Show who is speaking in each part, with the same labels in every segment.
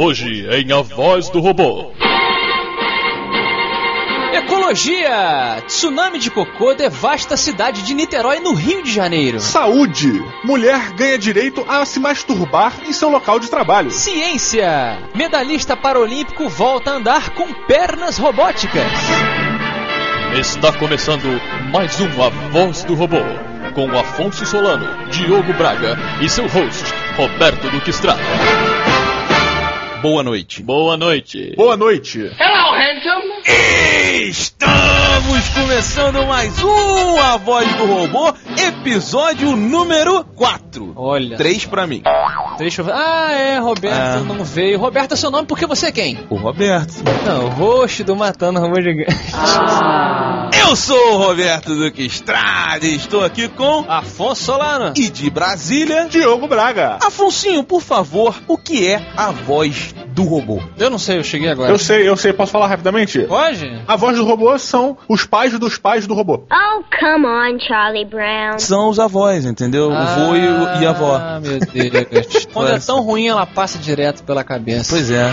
Speaker 1: Hoje, em A Voz do Robô.
Speaker 2: Ecologia! Tsunami de cocô devasta a cidade de Niterói, no Rio de Janeiro.
Speaker 3: Saúde! Mulher ganha direito a se masturbar em seu local de trabalho.
Speaker 2: Ciência! Medalhista paralímpico volta a andar com pernas robóticas.
Speaker 1: Está começando mais um A Voz do Robô. Com Afonso Solano, Diogo Braga e seu host, Roberto Duque Estrada.
Speaker 4: Boa noite.
Speaker 1: Boa noite.
Speaker 3: Boa noite.
Speaker 5: Hello, handsome.
Speaker 4: Estamos começando mais um A Voz do Robô, episódio número 4.
Speaker 2: Olha.
Speaker 4: 3 pra mim.
Speaker 2: Deixa eu... Ah, é, Roberto
Speaker 4: Ah.
Speaker 2: não veio. Roberto é seu nome porque você é quem?
Speaker 4: O Roberto.
Speaker 2: Não, roxo do Matando Robô Gigante.
Speaker 4: Eu sou o Roberto Duque Estrada e estou aqui com
Speaker 2: Ah, Afonso Solano.
Speaker 4: e de Brasília.
Speaker 3: Diogo Braga.
Speaker 4: Afonsinho, por favor, o que é a voz do robô?
Speaker 2: Eu não sei, eu cheguei agora.
Speaker 3: Eu sei, eu sei, posso falar rapidamente?
Speaker 2: Pode?
Speaker 3: A voz do robô são os pais dos pais do robô.
Speaker 6: Oh, come on, Charlie Brown.
Speaker 4: São os avós, entendeu? O vô e, o- e a avó.
Speaker 2: Ah, meu Deus. Quando é tão ruim, ela passa direto pela cabeça.
Speaker 4: Pois é.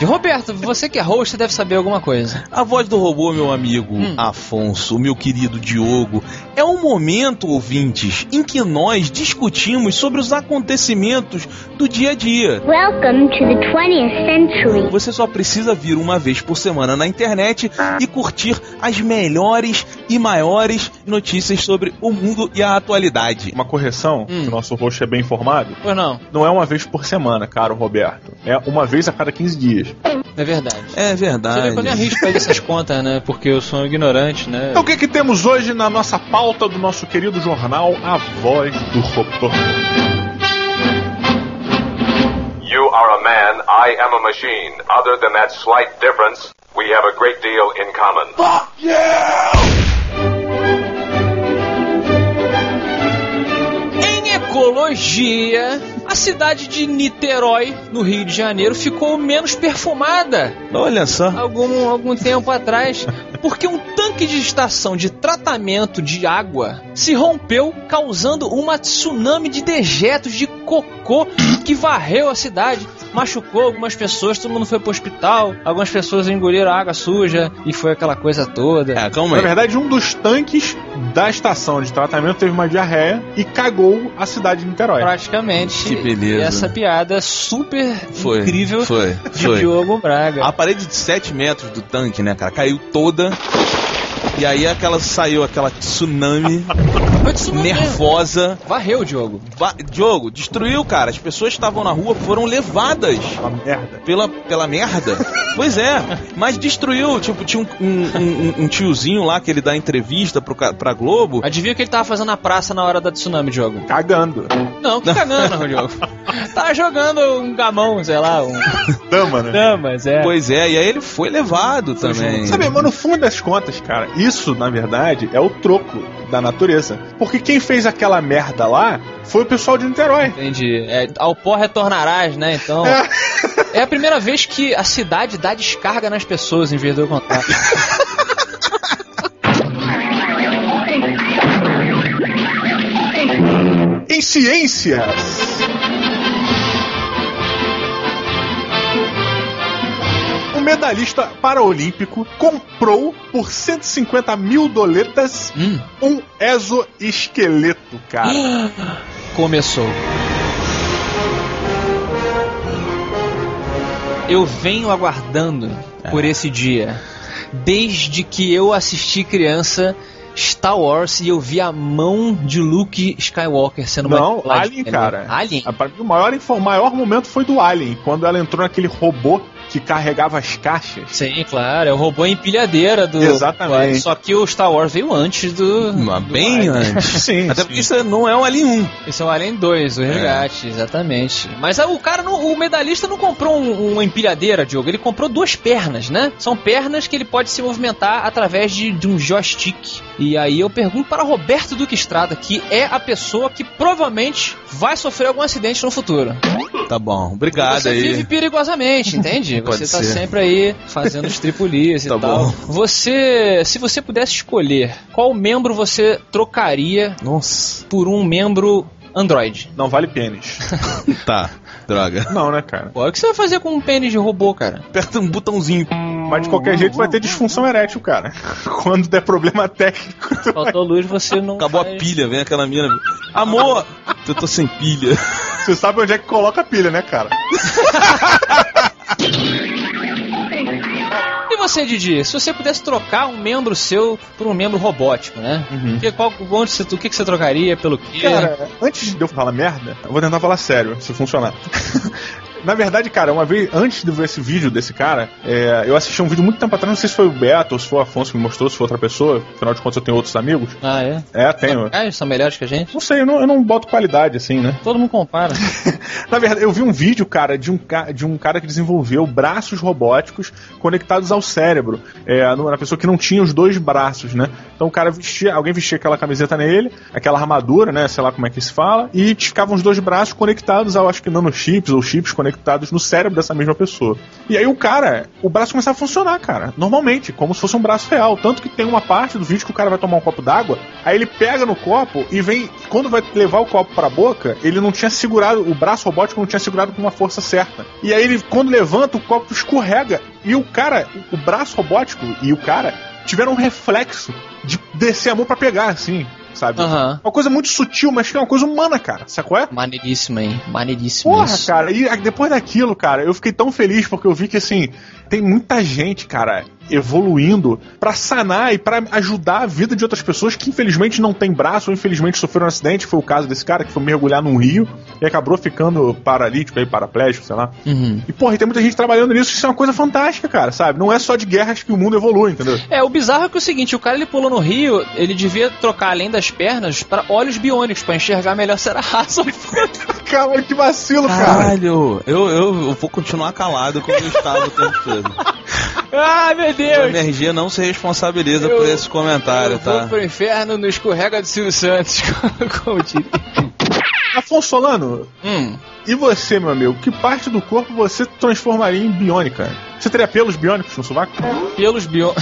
Speaker 2: E, Roberto, você que é host, você deve saber alguma coisa.
Speaker 4: A voz do robô, meu amigo
Speaker 2: Hum.
Speaker 4: Afonso, meu querido Diogo, é um momento, ouvintes, em que nós discutimos sobre os acontecimentos do dia a dia.
Speaker 6: Welcome to the 20th century.
Speaker 4: Você só precisa vir uma vez por semana na internet e curtir as melhores e maiores notícias sobre o mundo e a atualidade.
Speaker 3: Uma correção,
Speaker 2: Hum.
Speaker 3: que o nosso host é bem informado,
Speaker 2: Pois não,
Speaker 3: não é uma vez por semana, caro Roberto. É uma vez a cada 15 dias.
Speaker 2: é verdade.
Speaker 4: É
Speaker 2: Você vê que eu nem
Speaker 4: verdade.
Speaker 2: arrisco fazer essas contas, né? Porque eu sou um ignorante, né?
Speaker 3: Então o que, que temos hoje na nossa pauta do nosso querido jornal A Voz do Robô?
Speaker 7: You are a man, I am a machine. Other than that slight difference, we have a great deal in common.
Speaker 2: Em ecologia, a cidade de Niterói, no Rio de Janeiro, ficou menos perfumada
Speaker 4: Olha só.
Speaker 2: algum, algum tempo atrás, porque um tanque de estação de tratamento de água se rompeu, causando uma tsunami de dejetos de cocô que varreu a cidade. Machucou algumas pessoas, todo mundo foi pro hospital, algumas pessoas engoliram água suja e foi aquela coisa toda.
Speaker 4: É, calma
Speaker 3: Na
Speaker 4: aí.
Speaker 3: verdade, um dos tanques da estação de tratamento teve uma diarreia e cagou a cidade de Niterói.
Speaker 2: Praticamente,
Speaker 4: Que beleza.
Speaker 2: essa piada é super
Speaker 4: Foi.
Speaker 2: incrível
Speaker 4: Foi.
Speaker 2: de
Speaker 4: Foi.
Speaker 2: Diogo Braga.
Speaker 4: A parede de 7 metros do tanque, né, cara, caiu toda. E aí aquela saiu aquela tsunami
Speaker 2: Foi tsunami mesmo.
Speaker 4: nervosa.
Speaker 2: Varreu, Diogo.
Speaker 4: Va- Diogo, destruiu, cara. As pessoas que estavam na rua foram levadas
Speaker 3: Uma merda.
Speaker 4: pela, pela merda. Pois é, mas destruiu. Tipo, tinha um, um- um- um tiozinho lá que ele dá entrevista pro, ca- pra Globo.
Speaker 2: Adivinha o que ele tava fazendo na praça na hora da tsunami, Diogo?
Speaker 3: Cagando.
Speaker 2: Não, que cagando, não, Diogo. Tava jogando um gamão, sei lá, um
Speaker 3: Dama, né?
Speaker 2: damas, é.
Speaker 4: Pois é, e aí ele foi levado também.
Speaker 3: Sabe, mas no fundo das contas, cara, isso, na verdade, é o troco da natureza. Porque quem fez aquela merda lá foi o pessoal de Niterói.
Speaker 2: Entendi. É, ao pó retornarás, né? Então. É a primeira vez que a cidade dá descarga nas pessoas em vez de eu contar.
Speaker 3: Em ciências! O medalhista paraolímpico comprou por 150 mil doletas
Speaker 2: Hum.
Speaker 3: um exoesqueleto, cara.
Speaker 2: Começou. Eu venho aguardando
Speaker 3: É.
Speaker 2: por esse dia. Desde que eu assisti criança Star Wars e eu vi a mão de Luke Skywalker sendo
Speaker 3: Não,
Speaker 2: manipulada.
Speaker 3: Alien, cara.
Speaker 2: Alien?
Speaker 3: Ah, pra mim, O maior, info- o maior momento foi do Alien, quando ela entrou naquele robô que carregava as caixas.
Speaker 2: Sim, claro. É o robô empilhadeira do.
Speaker 3: Exatamente.
Speaker 2: Só que o Star Wars veio antes do.
Speaker 4: Mas Bem
Speaker 2: do Alien.
Speaker 4: antes.
Speaker 3: Sim,
Speaker 4: Até porque isso não é um Alien 1.
Speaker 2: Esse é o Alien 2, o resgate,
Speaker 4: É,
Speaker 2: exatamente. Mas ah, o cara, não- o medalhista não comprou um- uma empilhadeira, Diogo. Ele comprou duas pernas, né? São pernas que ele pode se movimentar através de, de um joystick. E aí eu pergunto para Roberto Duque Estrada, que é a pessoa que provavelmente vai sofrer algum acidente no futuro.
Speaker 4: Tá bom, obrigado
Speaker 2: Você vive
Speaker 4: aí.
Speaker 2: perigosamente, entende?
Speaker 4: Pode
Speaker 2: Você tá
Speaker 4: ser.
Speaker 2: sempre aí fazendo os tripulias e
Speaker 4: Tá
Speaker 2: tal.
Speaker 4: bom.
Speaker 2: Você, se você pudesse escolher qual membro você trocaria
Speaker 4: Nossa,
Speaker 2: por um membro Android?
Speaker 3: Não vale pênis.
Speaker 4: tá. Droga.
Speaker 3: Não, né, cara?
Speaker 2: Pô, o que você vai fazer com um pênis de robô, cara?
Speaker 4: Aperta um botãozinho.
Speaker 3: Mas de qualquer jeito vai ter disfunção erétil, cara. Quando der problema técnico. tu vai-
Speaker 2: Faltou luz, você não.
Speaker 4: Acabou a
Speaker 2: faz-
Speaker 4: pilha, vem aquela mina. Amor! Eu tô sem pilha.
Speaker 3: Você sabe onde é que coloca a pilha, né, cara?
Speaker 2: E você, Didi? Se você pudesse trocar um membro seu por um membro robótico, né? Que, qual, onde você, o que, que você trocaria pelo quê?
Speaker 3: Uhum. Cara, antes de eu falar merda, eu vou tentar falar sério, se funcionar. Na verdade, cara, uma vez antes de ver esse vídeo desse cara, é, eu assisti um vídeo muito tempo atrás, não sei se foi o Beto ou se foi o Afonso que me mostrou, se foi outra pessoa, afinal de contas eu tenho outros amigos.
Speaker 2: Ah, é?
Speaker 3: É, tenho.
Speaker 2: Ah, eles são melhores que a gente?
Speaker 3: Não sei, eu não, eu não boto qualidade assim, né?
Speaker 2: Todo mundo compara.
Speaker 3: Na verdade, eu vi um vídeo, cara, de um, ca- de um cara que desenvolveu braços robóticos conectados ao cérebro. É, numa pessoa que não tinha os dois braços, né? Então o cara vestia, alguém vestia aquela camiseta nele, aquela armadura, né? Sei lá como é que se fala, e ficavam os dois braços conectados ao, acho que nanochips ou chips conectados no cérebro dessa mesma pessoa. E aí o cara, o braço começava a funcionar, cara, normalmente, como se fosse um braço real. Tanto que tem uma parte do vídeo que o cara vai tomar um copo d'água, aí ele pega no copo e vem, quando vai levar o copo pra boca, ele não tinha segurado, o braço robótico não tinha segurado com uma força certa. E aí ele, quando levanta, o copo escorrega. E o cara, o braço robótico e o cara tiveram um reflexo de descer a mão pra pegar, assim, sabe?
Speaker 2: Aham.
Speaker 3: Uma coisa muito sutil, mas que é uma coisa humana, cara, sacou? É?
Speaker 2: Maneiríssimo, hein? Maneiríssimo.
Speaker 3: Porra,
Speaker 2: isso.
Speaker 3: cara, e a- depois daquilo, cara, eu fiquei tão feliz porque eu vi que, assim, tem muita gente, cara, evoluindo pra sanar e pra ajudar a vida de outras pessoas que, infelizmente, não tem braço ou, infelizmente, sofreram um acidente. Foi o caso desse cara que foi mergulhar num rio e acabou ficando paralítico aí, paraplégico, sei lá.
Speaker 2: Uhum.
Speaker 3: E, porra, e tem muita gente trabalhando nisso, isso é uma coisa fantástica, cara, sabe? Não é só de guerras que o mundo evolui, entendeu?
Speaker 2: É, o bizarro é que é o seguinte, o cara ele pulou no rio, ele devia trocar além das pernas pra olhos biônicos pra enxergar melhor se era raça.
Speaker 3: Cara, que vacilo, cara.
Speaker 4: Caralho! Eu, eu, eu vou continuar calado como eu estava o tempo todo.
Speaker 2: ah, meu
Speaker 4: A
Speaker 2: Deus!
Speaker 4: MRG não se responsabiliza
Speaker 2: Eu-
Speaker 4: por esse comentário,
Speaker 2: Eu
Speaker 4: tá?
Speaker 2: vou pro inferno no escorrega do Silvio Santos, como diria.
Speaker 3: Afonso Solano,
Speaker 2: Hum,
Speaker 3: E você, meu amigo, que parte do corpo você transformaria em biônica? Você teria pelos biônicos no sovaco?
Speaker 2: pelos bio...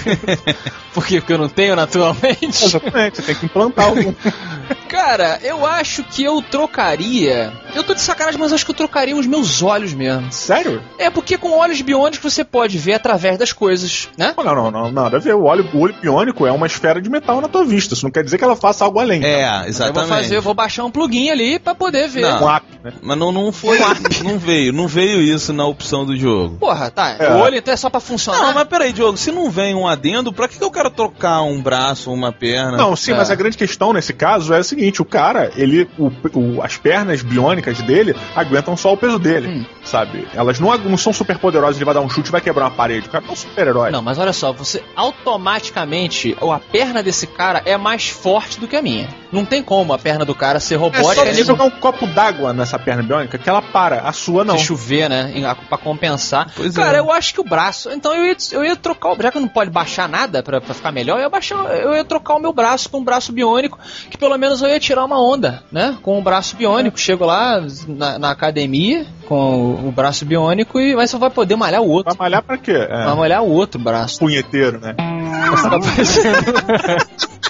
Speaker 2: Porque o que eu não tenho naturalmente.
Speaker 3: Exatamente, você tem É, que implantar algum.
Speaker 2: Cara, eu acho que eu trocaria. Eu tô de sacanagem, mas acho que eu trocaria os meus olhos mesmo.
Speaker 3: Sério?
Speaker 2: É porque com olhos biônicos você pode ver através das coisas, né?
Speaker 3: Pô, Não, não, não, nada a ver. O olho, o olho biônico é uma esfera de metal na tua vista. Isso não quer dizer que ela faça algo além.
Speaker 4: É,
Speaker 2: Eu vou
Speaker 4: exatamente.
Speaker 2: fazer, eu vou baixar um plugin ali pra poder ver.
Speaker 4: Não.
Speaker 3: Um app, né?
Speaker 4: Mas não, não foi. não veio, não veio isso na opção do jogo.
Speaker 2: Porra, tá.
Speaker 3: É.
Speaker 2: O olho então é só pra funcionar.
Speaker 4: Não, mas peraí, Diogo, se não vem um adendo, pra que, que eu quero trocar um braço, uma perna?
Speaker 3: Não, sim,
Speaker 4: É.
Speaker 3: mas a grande questão nesse caso é o seguinte: o cara, ele. o- o- as pernas biônicas dele aguentam só o peso dele,
Speaker 2: Hum.
Speaker 3: sabe? Elas não, não são super poderosas, ele vai dar um chute e vai quebrar uma parede. O cara não é um super-herói.
Speaker 2: Não, mas olha só, você automaticamente, ou a perna desse cara é mais forte do que a minha. Não tem como a perna do cara ser
Speaker 3: É só
Speaker 2: robótica
Speaker 3: você
Speaker 2: nem
Speaker 3: jogar um copo d'água nessa perna biônica que ela para, a sua não.
Speaker 2: se chover, né? em- a- Pra compensar.
Speaker 4: Pois
Speaker 2: cara,
Speaker 4: é.
Speaker 2: eu acho que o braço. Então eu ia, eu ia trocar. o- Já que não pode baixar nada pra, pra ficar melhor, eu ia, baixar, eu ia trocar o meu braço com um braço biônico, que pelo menos eu ia tirar uma onda, né? Com o braço biônico. Chego lá na, na academia com o, o braço biônico, e, mas só vai poder malhar o
Speaker 3: Vai
Speaker 2: outro.
Speaker 3: malhar pra quê? É.
Speaker 2: Vai malhar o outro braço.
Speaker 3: punheteiro, né?
Speaker 2: Você tá parecendo-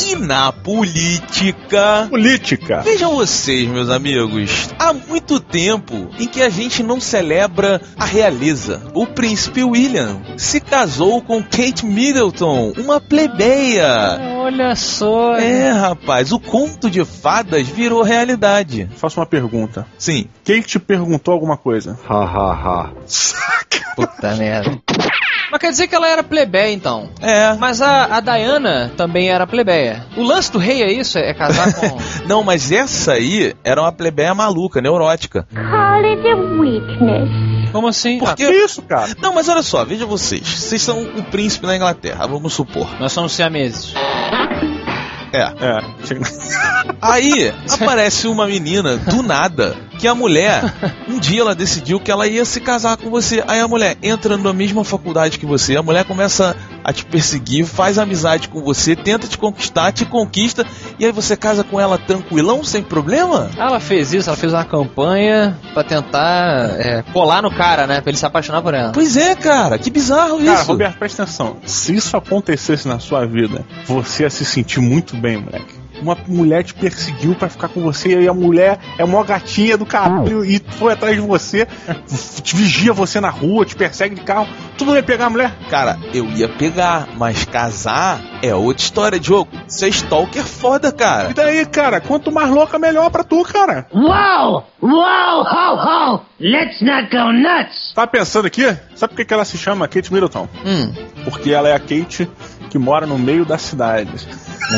Speaker 4: E na política.
Speaker 3: Política.
Speaker 4: Vejam vocês, meus amigos, há muito tempo em que a gente não celebra a realeza. O príncipe William se casou com Kate Middleton, uma plebeia.
Speaker 2: Olha só.
Speaker 4: É, rapaz, o conto de fadas virou realidade.
Speaker 3: Faço uma pergunta.
Speaker 4: Sim.
Speaker 3: Quem te perguntou alguma coisa?
Speaker 2: Puta merda. Mas quer dizer que ela era plebeia, então.
Speaker 4: É.
Speaker 2: Mas a, a Diana também era plebeia. O lance do rei é isso? É casar com.
Speaker 4: Não, mas essa aí era uma plebeia maluca, neurótica.
Speaker 6: Call it a weakness.
Speaker 2: Como assim?
Speaker 4: Por
Speaker 2: Porque
Speaker 4: quê?
Speaker 3: Que isso, cara?
Speaker 4: Não, mas olha só, veja vocês. Vocês são o príncipe da Inglaterra, vamos supor.
Speaker 2: nós somos siameses.
Speaker 4: É.
Speaker 3: É. chega-
Speaker 4: Aí aparece uma menina do nada que a mulher, um dia ela decidiu que ela ia se casar com você. Aí a mulher entra na mesma faculdade que você, a mulher começa a te perseguir, faz amizade com você, tenta te conquistar, te conquista, e aí você casa com ela tranquilão, sem problema?
Speaker 2: Ela fez isso, ela fez uma campanha pra tentar é, colar no cara, né? Pra ele se apaixonar por ela.
Speaker 4: Pois é, cara, que bizarro
Speaker 3: Cara,
Speaker 4: isso.
Speaker 3: Roberto, presta atenção. Se isso acontecesse na sua vida, você ia se sentir muito bem, moleque. Uma mulher te perseguiu pra ficar com você e a mulher é mó gatinha do caralho e foi atrás de você, te vigia você na rua, te persegue de carro. Tu não ia pegar a mulher?
Speaker 4: Cara, eu ia pegar, mas casar é outra história, Diogo. Você é stalker foda,
Speaker 3: E
Speaker 4: cara.
Speaker 3: daí, cara, quanto mais louca, melhor pra tu, cara.
Speaker 5: Whoa! Whoa, ho, ho! Let's not go nuts!
Speaker 3: Tá pensando aqui? Sabe por que que ela se chama Kate Middleton?
Speaker 2: Hum.
Speaker 3: Porque ela é a Kate que mora no meio da cidade.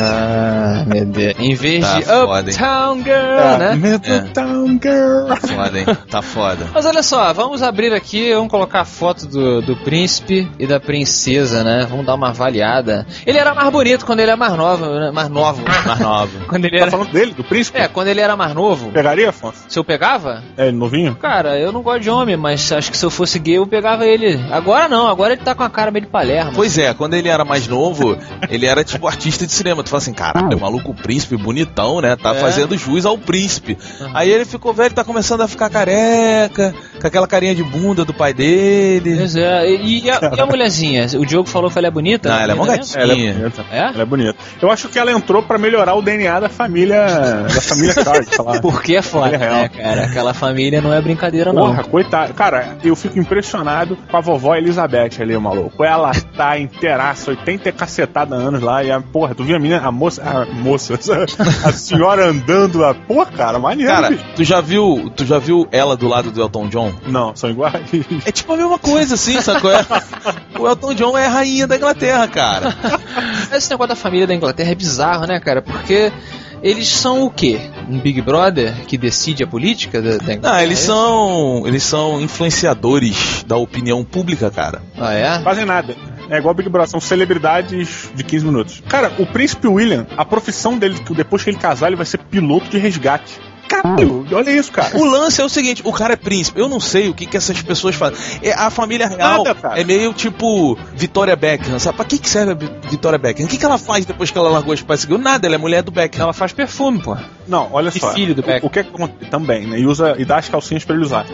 Speaker 2: Ah, meu Deus. Em vez
Speaker 4: Tá
Speaker 2: de
Speaker 4: foda, hein? Tá
Speaker 2: Uptown Girl,
Speaker 3: É,
Speaker 2: né?
Speaker 3: Middletown Girl.
Speaker 4: Foda, hein? Tá foda.
Speaker 2: Mas olha só, vamos abrir aqui, vamos colocar a foto do, do príncipe e da princesa, né? Vamos dar uma avaliada. Ele era mais bonito quando ele era mais novo, né? Mais novo.
Speaker 4: Mais nova.
Speaker 2: Quando ele
Speaker 3: Tá
Speaker 2: era...
Speaker 3: falando dele, do príncipe?
Speaker 2: É, quando ele era mais novo,
Speaker 4: É.
Speaker 3: Pegaria, Afonso?
Speaker 2: se eu pegava...
Speaker 3: É, ele novinho?
Speaker 2: Cara, eu não gosto de homem, mas acho que se eu fosse gay eu pegava ele. Agora não, agora ele tá com a cara meio de palermo.
Speaker 4: Pois é, quando ele era mais novo, ele era tipo artista de cinema. Tu fala assim, caralho, maluco príncipe, bonitão, né? Tá
Speaker 2: É.
Speaker 4: fazendo jus ao príncipe.
Speaker 2: Uhum.
Speaker 4: Aí ele ficou velho, tá começando a ficar careca, com aquela carinha de bunda do pai dele.
Speaker 2: Pois é, e, e a, e a mulherzinha? O Diogo falou que ela é bonita?
Speaker 4: Não, ela é mó
Speaker 2: Bonita
Speaker 4: gatinha.
Speaker 3: Ela
Speaker 4: Sim.
Speaker 3: é bonita.
Speaker 2: mesmo? É?
Speaker 3: Ela é bonita. Eu acho que ela entrou pra melhorar o DNA da família. Da família Card, sei lá.
Speaker 2: Porque é foda,
Speaker 3: Olha,
Speaker 2: né,
Speaker 3: real.
Speaker 2: cara? Aquela família não é brincadeira, não.
Speaker 3: Porra, coitado. Cara, eu fico impressionado com a vovó Elizabeth ali, maluco. Ela tá inteiraça, 80 e cacetada anos lá. E a porra, tu viu a menina, a moça, a moça, a senhora andando lá. Pô, cara, maneiro.
Speaker 4: Cara,
Speaker 3: bicho.
Speaker 4: tu já viu, tu já viu ela do lado do Elton John?
Speaker 3: Não, são iguais.
Speaker 4: É tipo a mesma coisa, assim, sacou? É- O Elton John é a rainha da Inglaterra, cara.
Speaker 2: Esse negócio da família da Inglaterra é bizarro, né, cara? Porque eles são o quê? Um Big Brother que decide a política da, da Inglaterra?
Speaker 4: Ah, eles são. Eles são influenciadores da opinião pública, cara.
Speaker 2: Ah, é?
Speaker 3: Fazem nada. É igual Big Brother, são celebridades de 15 minutos. Cara, o príncipe William, a profissão dele, que depois que ele casar, ele vai ser piloto de resgate. Caralho, olha isso, cara.
Speaker 4: O lance é o seguinte, o cara é príncipe. Eu não sei o que, que essas pessoas fazem. É, a família real
Speaker 3: Nada, cara.
Speaker 4: é meio tipo Vitória Beckham. Sabe pra que, que serve a Bi- Vitória Beckham? O que, que ela faz depois que ela largou os pais? Nada, ela é mulher do Beckham.
Speaker 2: Ela faz perfume, pô.
Speaker 3: Não, olha
Speaker 2: E
Speaker 3: só.
Speaker 2: filho do Beckham.
Speaker 3: O, o que acontece também, né? E, usa, e dá as calcinhas pra ele usar.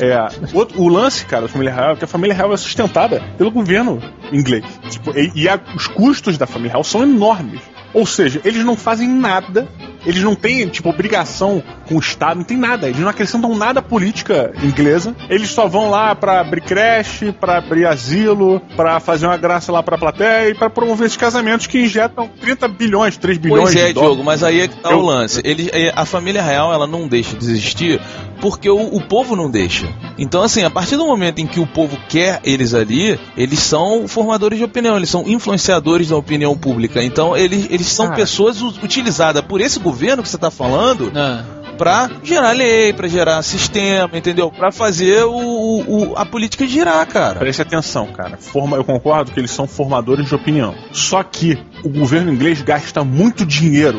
Speaker 3: é, o, outro- o lance, cara, da família real é que a família real é sustentada pelo governo inglês. Tipo, e e a- os custos da família real são enormes. Ou seja, eles não fazem nada. Eles não têm, tipo, obrigação com o Estado, não tem nada. Eles não acrescentam nada à política inglesa. Eles só vão lá pra abrir creche, pra abrir asilo, pra fazer uma graça lá pra plateia e pra promover esses casamentos que injetam 30 bilhões, 3 bilhões
Speaker 4: Pois é,
Speaker 3: de dólares.
Speaker 4: Diogo, mas aí é que tá
Speaker 3: Eu-
Speaker 4: o lance. Ele, é, a família real ela não deixa de existir porque o, o povo não deixa. Então, assim, a partir do momento em que o povo quer eles ali, eles são formadores de opinião, eles são influenciadores da opinião pública. Então, eles, eles são
Speaker 2: Ah.
Speaker 4: pessoas u- utilizadas por esse governo que você tá falando
Speaker 2: Ah,
Speaker 4: pra gerar lei, pra gerar sistema, entendeu? Pra fazer o, o- o- a política girar, cara.
Speaker 3: Preste atenção, cara. Forma, eu concordo que eles são formadores de opinião. Só que o governo inglês gasta muito dinheiro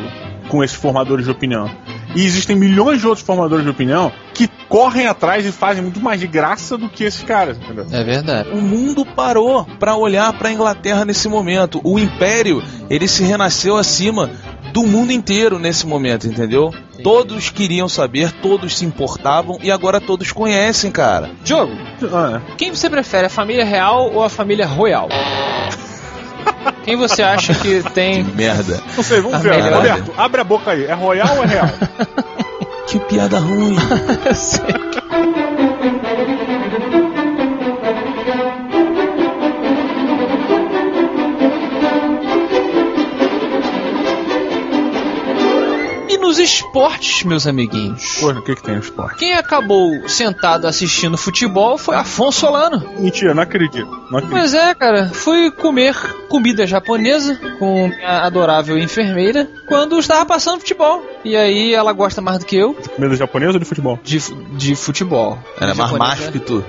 Speaker 3: com esses formadores de opinião. E existem milhões de outros formadores de opinião que correm atrás e fazem muito mais de graça do que esses caras, entendeu?
Speaker 2: é verdade.
Speaker 4: O mundo parou pra olhar pra Inglaterra nesse momento. O império, ele se renasceu acima do mundo inteiro nesse momento, entendeu? Todos queriam saber, todos se importavam e agora todos conhecem, cara.
Speaker 2: Diogo,
Speaker 3: Ah,
Speaker 2: quem você prefere, a família real ou a família royal? Quem você acha que tem.
Speaker 4: Merda.
Speaker 3: não sei, vamos
Speaker 2: Tá
Speaker 3: ver.
Speaker 2: melhor.
Speaker 3: Roberto, abre a boca aí. É royal ou é real?
Speaker 4: Que piada ruim.
Speaker 2: Eu sei. E nos esportes, meus amiguinhos.
Speaker 3: Porra, o que, que tem no esporte?
Speaker 2: Quem acabou sentado assistindo futebol foi Afonso Solano.
Speaker 3: Mentira, não acredito. Não acredito.
Speaker 2: Pois é, cara, fui comer comida japonesa com minha adorável enfermeira quando estava passando futebol. E aí ela gosta mais do que eu
Speaker 3: Medo japonês ou de futebol?
Speaker 2: de, fu- de né? futebol.
Speaker 4: Era mais
Speaker 2: Japonesa.
Speaker 4: macho que tu.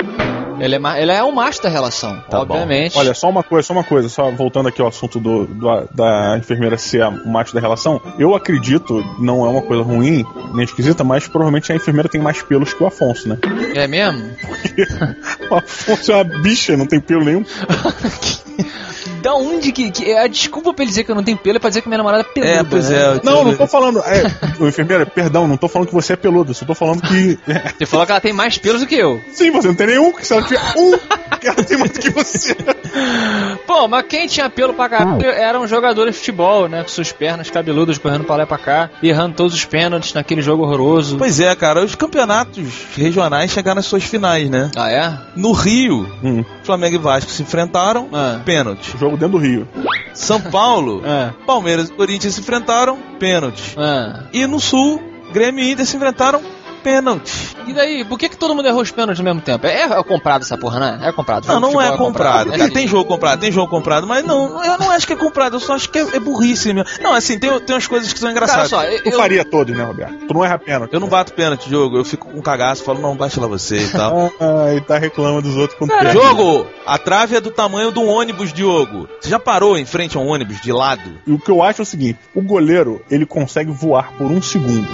Speaker 2: Ele é, ma- ele é o macho da relação,
Speaker 4: Tá
Speaker 2: obviamente.
Speaker 3: Olha, só uma coisa, só uma coisa, só voltando aqui ao assunto do, do- da enfermeira ser a- o macho da relação, eu acredito, não é uma coisa ruim, nem esquisita, mas provavelmente a enfermeira tem mais pelos que o Afonso, né?
Speaker 2: É mesmo?
Speaker 3: O Afonso é uma bicha, não tem pelo nenhum.
Speaker 2: Da onde que, que- A desculpa pra ele dizer que eu não tenho pelo é pra dizer que minha namorada é peluda.
Speaker 4: É, pois
Speaker 2: né?
Speaker 4: é.
Speaker 3: Não, não tô falando. É, ô, enfermeira, perdão, não tô falando que você é peludo, só tô falando que. é,
Speaker 2: Você falou que ela tem mais pelos do que eu.
Speaker 3: Sim, você não tem nenhum, que se ela tiver um, ela tem mais do que você.
Speaker 2: Pô, mas quem tinha pelo pra caralho eram jogadores de futebol, né? Com suas pernas cabeludas correndo pra lá e pra cá, errando todos os pênaltis naquele jogo horroroso.
Speaker 4: Pois é, cara, os campeonatos regionais chegaram às suas finais, né?
Speaker 2: Ah, é?
Speaker 4: No Rio,
Speaker 3: Hum.
Speaker 4: Flamengo e Vasco se enfrentaram,
Speaker 2: Ah.
Speaker 4: pênalti.
Speaker 3: Jogo dentro do Rio.
Speaker 4: São Paulo,
Speaker 2: Ah,
Speaker 4: Palmeiras e Corinthians se enfrentaram, pênalti.
Speaker 2: ah.
Speaker 4: E no Sul, Grêmio e Inter se enfrentaram, pênalti.
Speaker 2: E daí, por que, que todo mundo errou os pênaltis ao mesmo tempo? É, é comprado essa porra, né? É comprado.
Speaker 4: Não,
Speaker 2: Jogo de
Speaker 4: não é
Speaker 2: futebol
Speaker 4: comprado.
Speaker 2: né,
Speaker 4: Tem,
Speaker 2: gente?
Speaker 4: tem jogo comprado, tem jogo comprado, mas não, eu não acho que é comprado, eu só acho que é, é burrice mesmo. Não, assim, tem, tem umas coisas que são
Speaker 2: Cara,
Speaker 4: engraçadas.
Speaker 2: só, eu,
Speaker 3: Tu faria todos, né, Roberto? Tu não erra pênalti.
Speaker 4: Eu não bato pênalti, jogo, eu fico com um cagaço, falo, não, bate lá você e tal.
Speaker 3: Ah, e tá reclamando dos outros quando perde.
Speaker 4: Diogo, a trave é do tamanho de um ônibus, Diogo. Você já parou em frente a um ônibus de lado?
Speaker 3: E o que eu acho é o seguinte: o goleiro ele consegue voar por um segundo.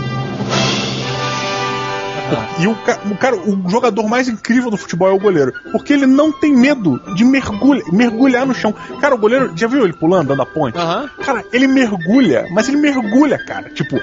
Speaker 3: E o, ca- o cara, o jogador mais incrível do futebol é o goleiro. Porque ele não tem medo de mergulha, mergulhar no chão. Cara, o goleiro, já viu ele pulando, dando a ponte?
Speaker 2: Aham.
Speaker 3: Cara, ele mergulha, mas ele mergulha, cara. Tipo,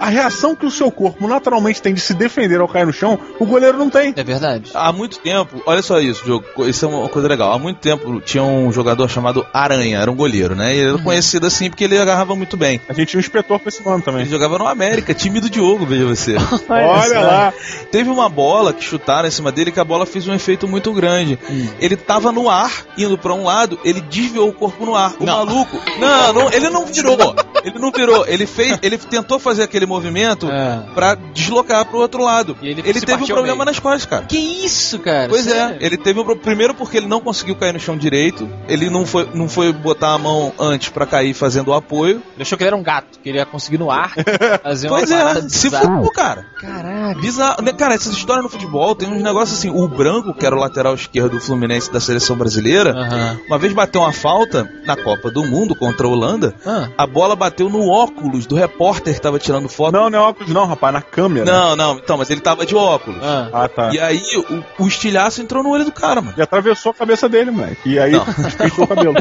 Speaker 3: a reação que o seu corpo naturalmente tem de se defender ao cair no chão, o goleiro não tem.
Speaker 2: É verdade.
Speaker 4: Há muito tempo, olha só isso, Diogo, co- isso é uma coisa legal. Há muito tempo tinha um jogador chamado Aranha, era um goleiro, né? E ele era
Speaker 2: Uhum.
Speaker 4: conhecido assim porque ele agarrava muito bem.
Speaker 3: A gente tinha um inspetor com esse nome
Speaker 4: Ele
Speaker 3: também.
Speaker 4: jogava no América, time do Diogo, veja você.
Speaker 3: Olha lá.
Speaker 4: Teve uma bola que chutaram em cima dele que a bola fez um efeito muito grande.
Speaker 2: Hum.
Speaker 4: Ele tava no ar, indo pra um lado, ele desviou o corpo no ar. O maluco. Não, não, ele não virou. Ele não virou. Ele fez, ele tentou fazer aquele movimento
Speaker 2: É.
Speaker 4: pra deslocar pro outro lado.
Speaker 2: E ele se
Speaker 4: ele teve um
Speaker 2: partiu
Speaker 4: problema
Speaker 2: bem.
Speaker 4: nas costas, cara.
Speaker 2: Que isso, cara?
Speaker 4: Pois é,
Speaker 2: Sério?
Speaker 4: ele teve um pro- primeiro porque ele não conseguiu cair no chão direito, ele não foi, não foi botar a mão antes pra cair fazendo o apoio.
Speaker 2: Ele achou que ele era um gato, que ele ia conseguir no ar fazer uma
Speaker 4: pois
Speaker 2: parada
Speaker 4: é, se
Speaker 2: bizarra.
Speaker 4: fudeu, cara.
Speaker 2: Caraca.
Speaker 4: Bizarro. Né, Cara, essas histórias no futebol tem uns negócios assim. O Branco, que era o lateral esquerdo do Fluminense da seleção brasileira,
Speaker 2: Aham.
Speaker 4: uma vez bateu uma falta na Copa do Mundo contra a Holanda.
Speaker 2: Ah.
Speaker 4: A bola bateu no óculos do repórter que tava tirando foto.
Speaker 3: Não, não é óculos, não, rapaz, na câmera.
Speaker 4: não, não, então, mas ele tava de óculos.
Speaker 2: Ah.
Speaker 3: Ah, tá.
Speaker 4: E aí o, o estilhaço entrou no olho do cara, mano.
Speaker 3: E atravessou a cabeça dele, moleque. E aí
Speaker 4: Não.
Speaker 3: despeitou o cabelo.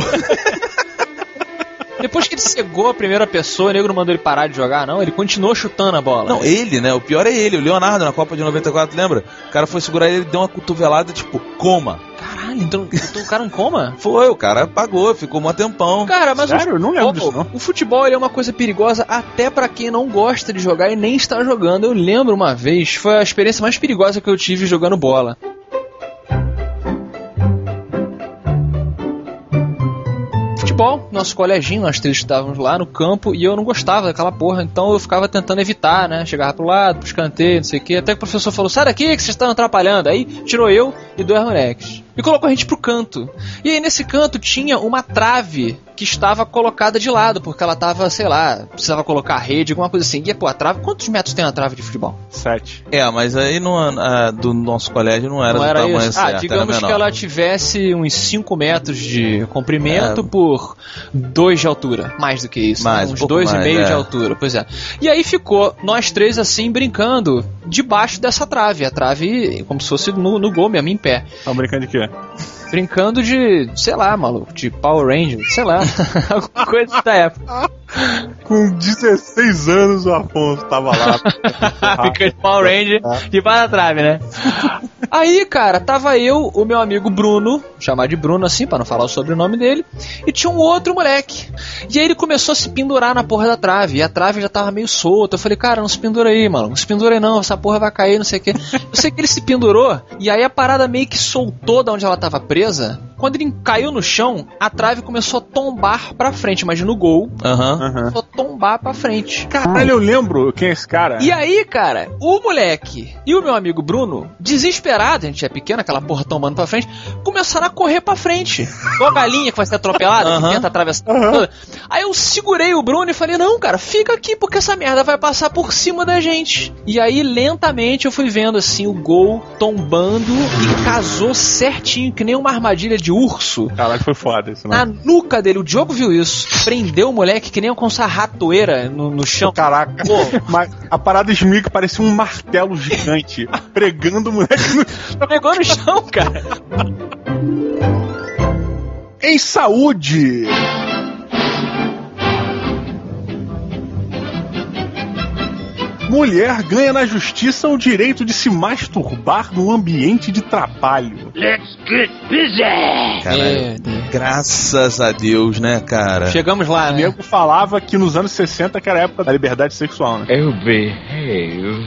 Speaker 2: Depois que ele cegou a primeira pessoa, o negro não mandou ele parar de jogar, não. Ele continuou chutando a bola.
Speaker 4: Não, ele, né? O pior é ele, o Leonardo na Copa de 94, lembra? O cara foi segurar ele, deu uma cotovelada, tipo, coma.
Speaker 2: Caralho, então botou o cara em coma?
Speaker 4: Foi, o cara pagou, ficou um tempão.
Speaker 2: Cara, mas o
Speaker 3: Sério? Eu não lembro
Speaker 2: futebol-
Speaker 3: disso, não.
Speaker 2: o futebol ele é uma coisa perigosa até pra quem não gosta de jogar e nem está jogando. Eu lembro uma vez, foi a experiência mais perigosa que eu tive jogando bola. Futebol, nosso coleginho, nós três estávamos lá no campo e eu não gostava daquela porra, então eu ficava tentando evitar, né? Chegava pro lado, pro escanteio, não sei o quê. Até que o professor falou: sai daqui que vocês estão atrapalhando. Aí tirou eu e dois moleques e colocou a gente pro canto. E aí nesse canto tinha uma trave que estava colocada de lado, porque ela tava, sei lá, precisava colocar rede, alguma coisa assim. E pô, a trave, quantos metros tem a trave de futebol?
Speaker 3: Sete.
Speaker 4: É, mas aí não, a, do nosso colégio não era
Speaker 2: não
Speaker 4: do
Speaker 2: era
Speaker 4: tamanho
Speaker 2: isso. Ah,
Speaker 4: certo, né, é era
Speaker 2: digamos que
Speaker 4: menor.
Speaker 2: ela tivesse uns 5 metros de comprimento
Speaker 4: É.
Speaker 2: por 2 de altura. Mais do que isso. né?
Speaker 4: Mais, um
Speaker 2: uns
Speaker 4: pouco
Speaker 2: 2,5
Speaker 4: mais,
Speaker 2: de
Speaker 4: é.
Speaker 2: altura, pois é. E aí ficou nós três assim brincando debaixo dessa trave. A trave como se fosse no, no gol mesmo, em pé.
Speaker 3: Tá brincando de quê?
Speaker 2: Brincando de, sei lá, maluco, de Power Ranger, sei lá, alguma coisa da época.
Speaker 3: Com 16 anos o Afonso tava lá.
Speaker 2: Brincando Ah, de Power Ranger debaixo da trave, né? Aí, cara, tava eu, o meu amigo Bruno, vou chamar de Bruno assim, pra não falar o sobrenome dele, e tinha um outro moleque. E aí ele começou a se pendurar na porra da trave, e a trave já tava meio solta. Eu falei, cara, não se pendura aí, mano, não se pendura aí não, essa porra vai cair, não sei o quê. Eu sei que ele se pendurou, e aí a parada meio que soltou da onde ela tava presa. Quando ele caiu no chão, a trave começou a tombar pra frente, mas no gol,
Speaker 4: Aham.
Speaker 3: Aham.
Speaker 2: começou a tombar pra frente.
Speaker 3: Caralho, eu lembro quem é esse cara.
Speaker 2: E aí, cara, o moleque e o meu amigo Bruno, desesperado, a gente é pequeno, aquela porra tombando pra frente, começaram a correr pra frente. Igual a galinha que vai ser atropelada, que
Speaker 4: Aham.
Speaker 2: tenta atravessar. toda. Aí eu segurei o Bruno e falei, não, cara, fica aqui, porque essa merda vai passar por cima da gente. E aí, lentamente, eu fui vendo, assim, o gol tombando e casou certinho, que nem uma armadilha de urso.
Speaker 3: Caralho, foi foda isso,
Speaker 2: Na
Speaker 3: né?
Speaker 2: nuca dele, o Diogo viu isso. Prendeu o moleque que nem com sarratoeira no, no chão.
Speaker 3: Caraca.
Speaker 2: Pô.
Speaker 3: Mas a parada esmiga que parecia um martelo gigante pregando o moleque no
Speaker 2: Pegou no chão, cara.
Speaker 3: em saúde. Mulher ganha na justiça o direito de se masturbar no ambiente de trabalho.
Speaker 5: Let's get busy!
Speaker 4: Caralho.
Speaker 2: Meu Deus.
Speaker 4: Graças a Deus, né, cara?
Speaker 2: Chegamos lá,
Speaker 3: O
Speaker 2: né?
Speaker 3: nego falava que nos anos 60 que era a época da liberdade sexual, né?
Speaker 5: You behave.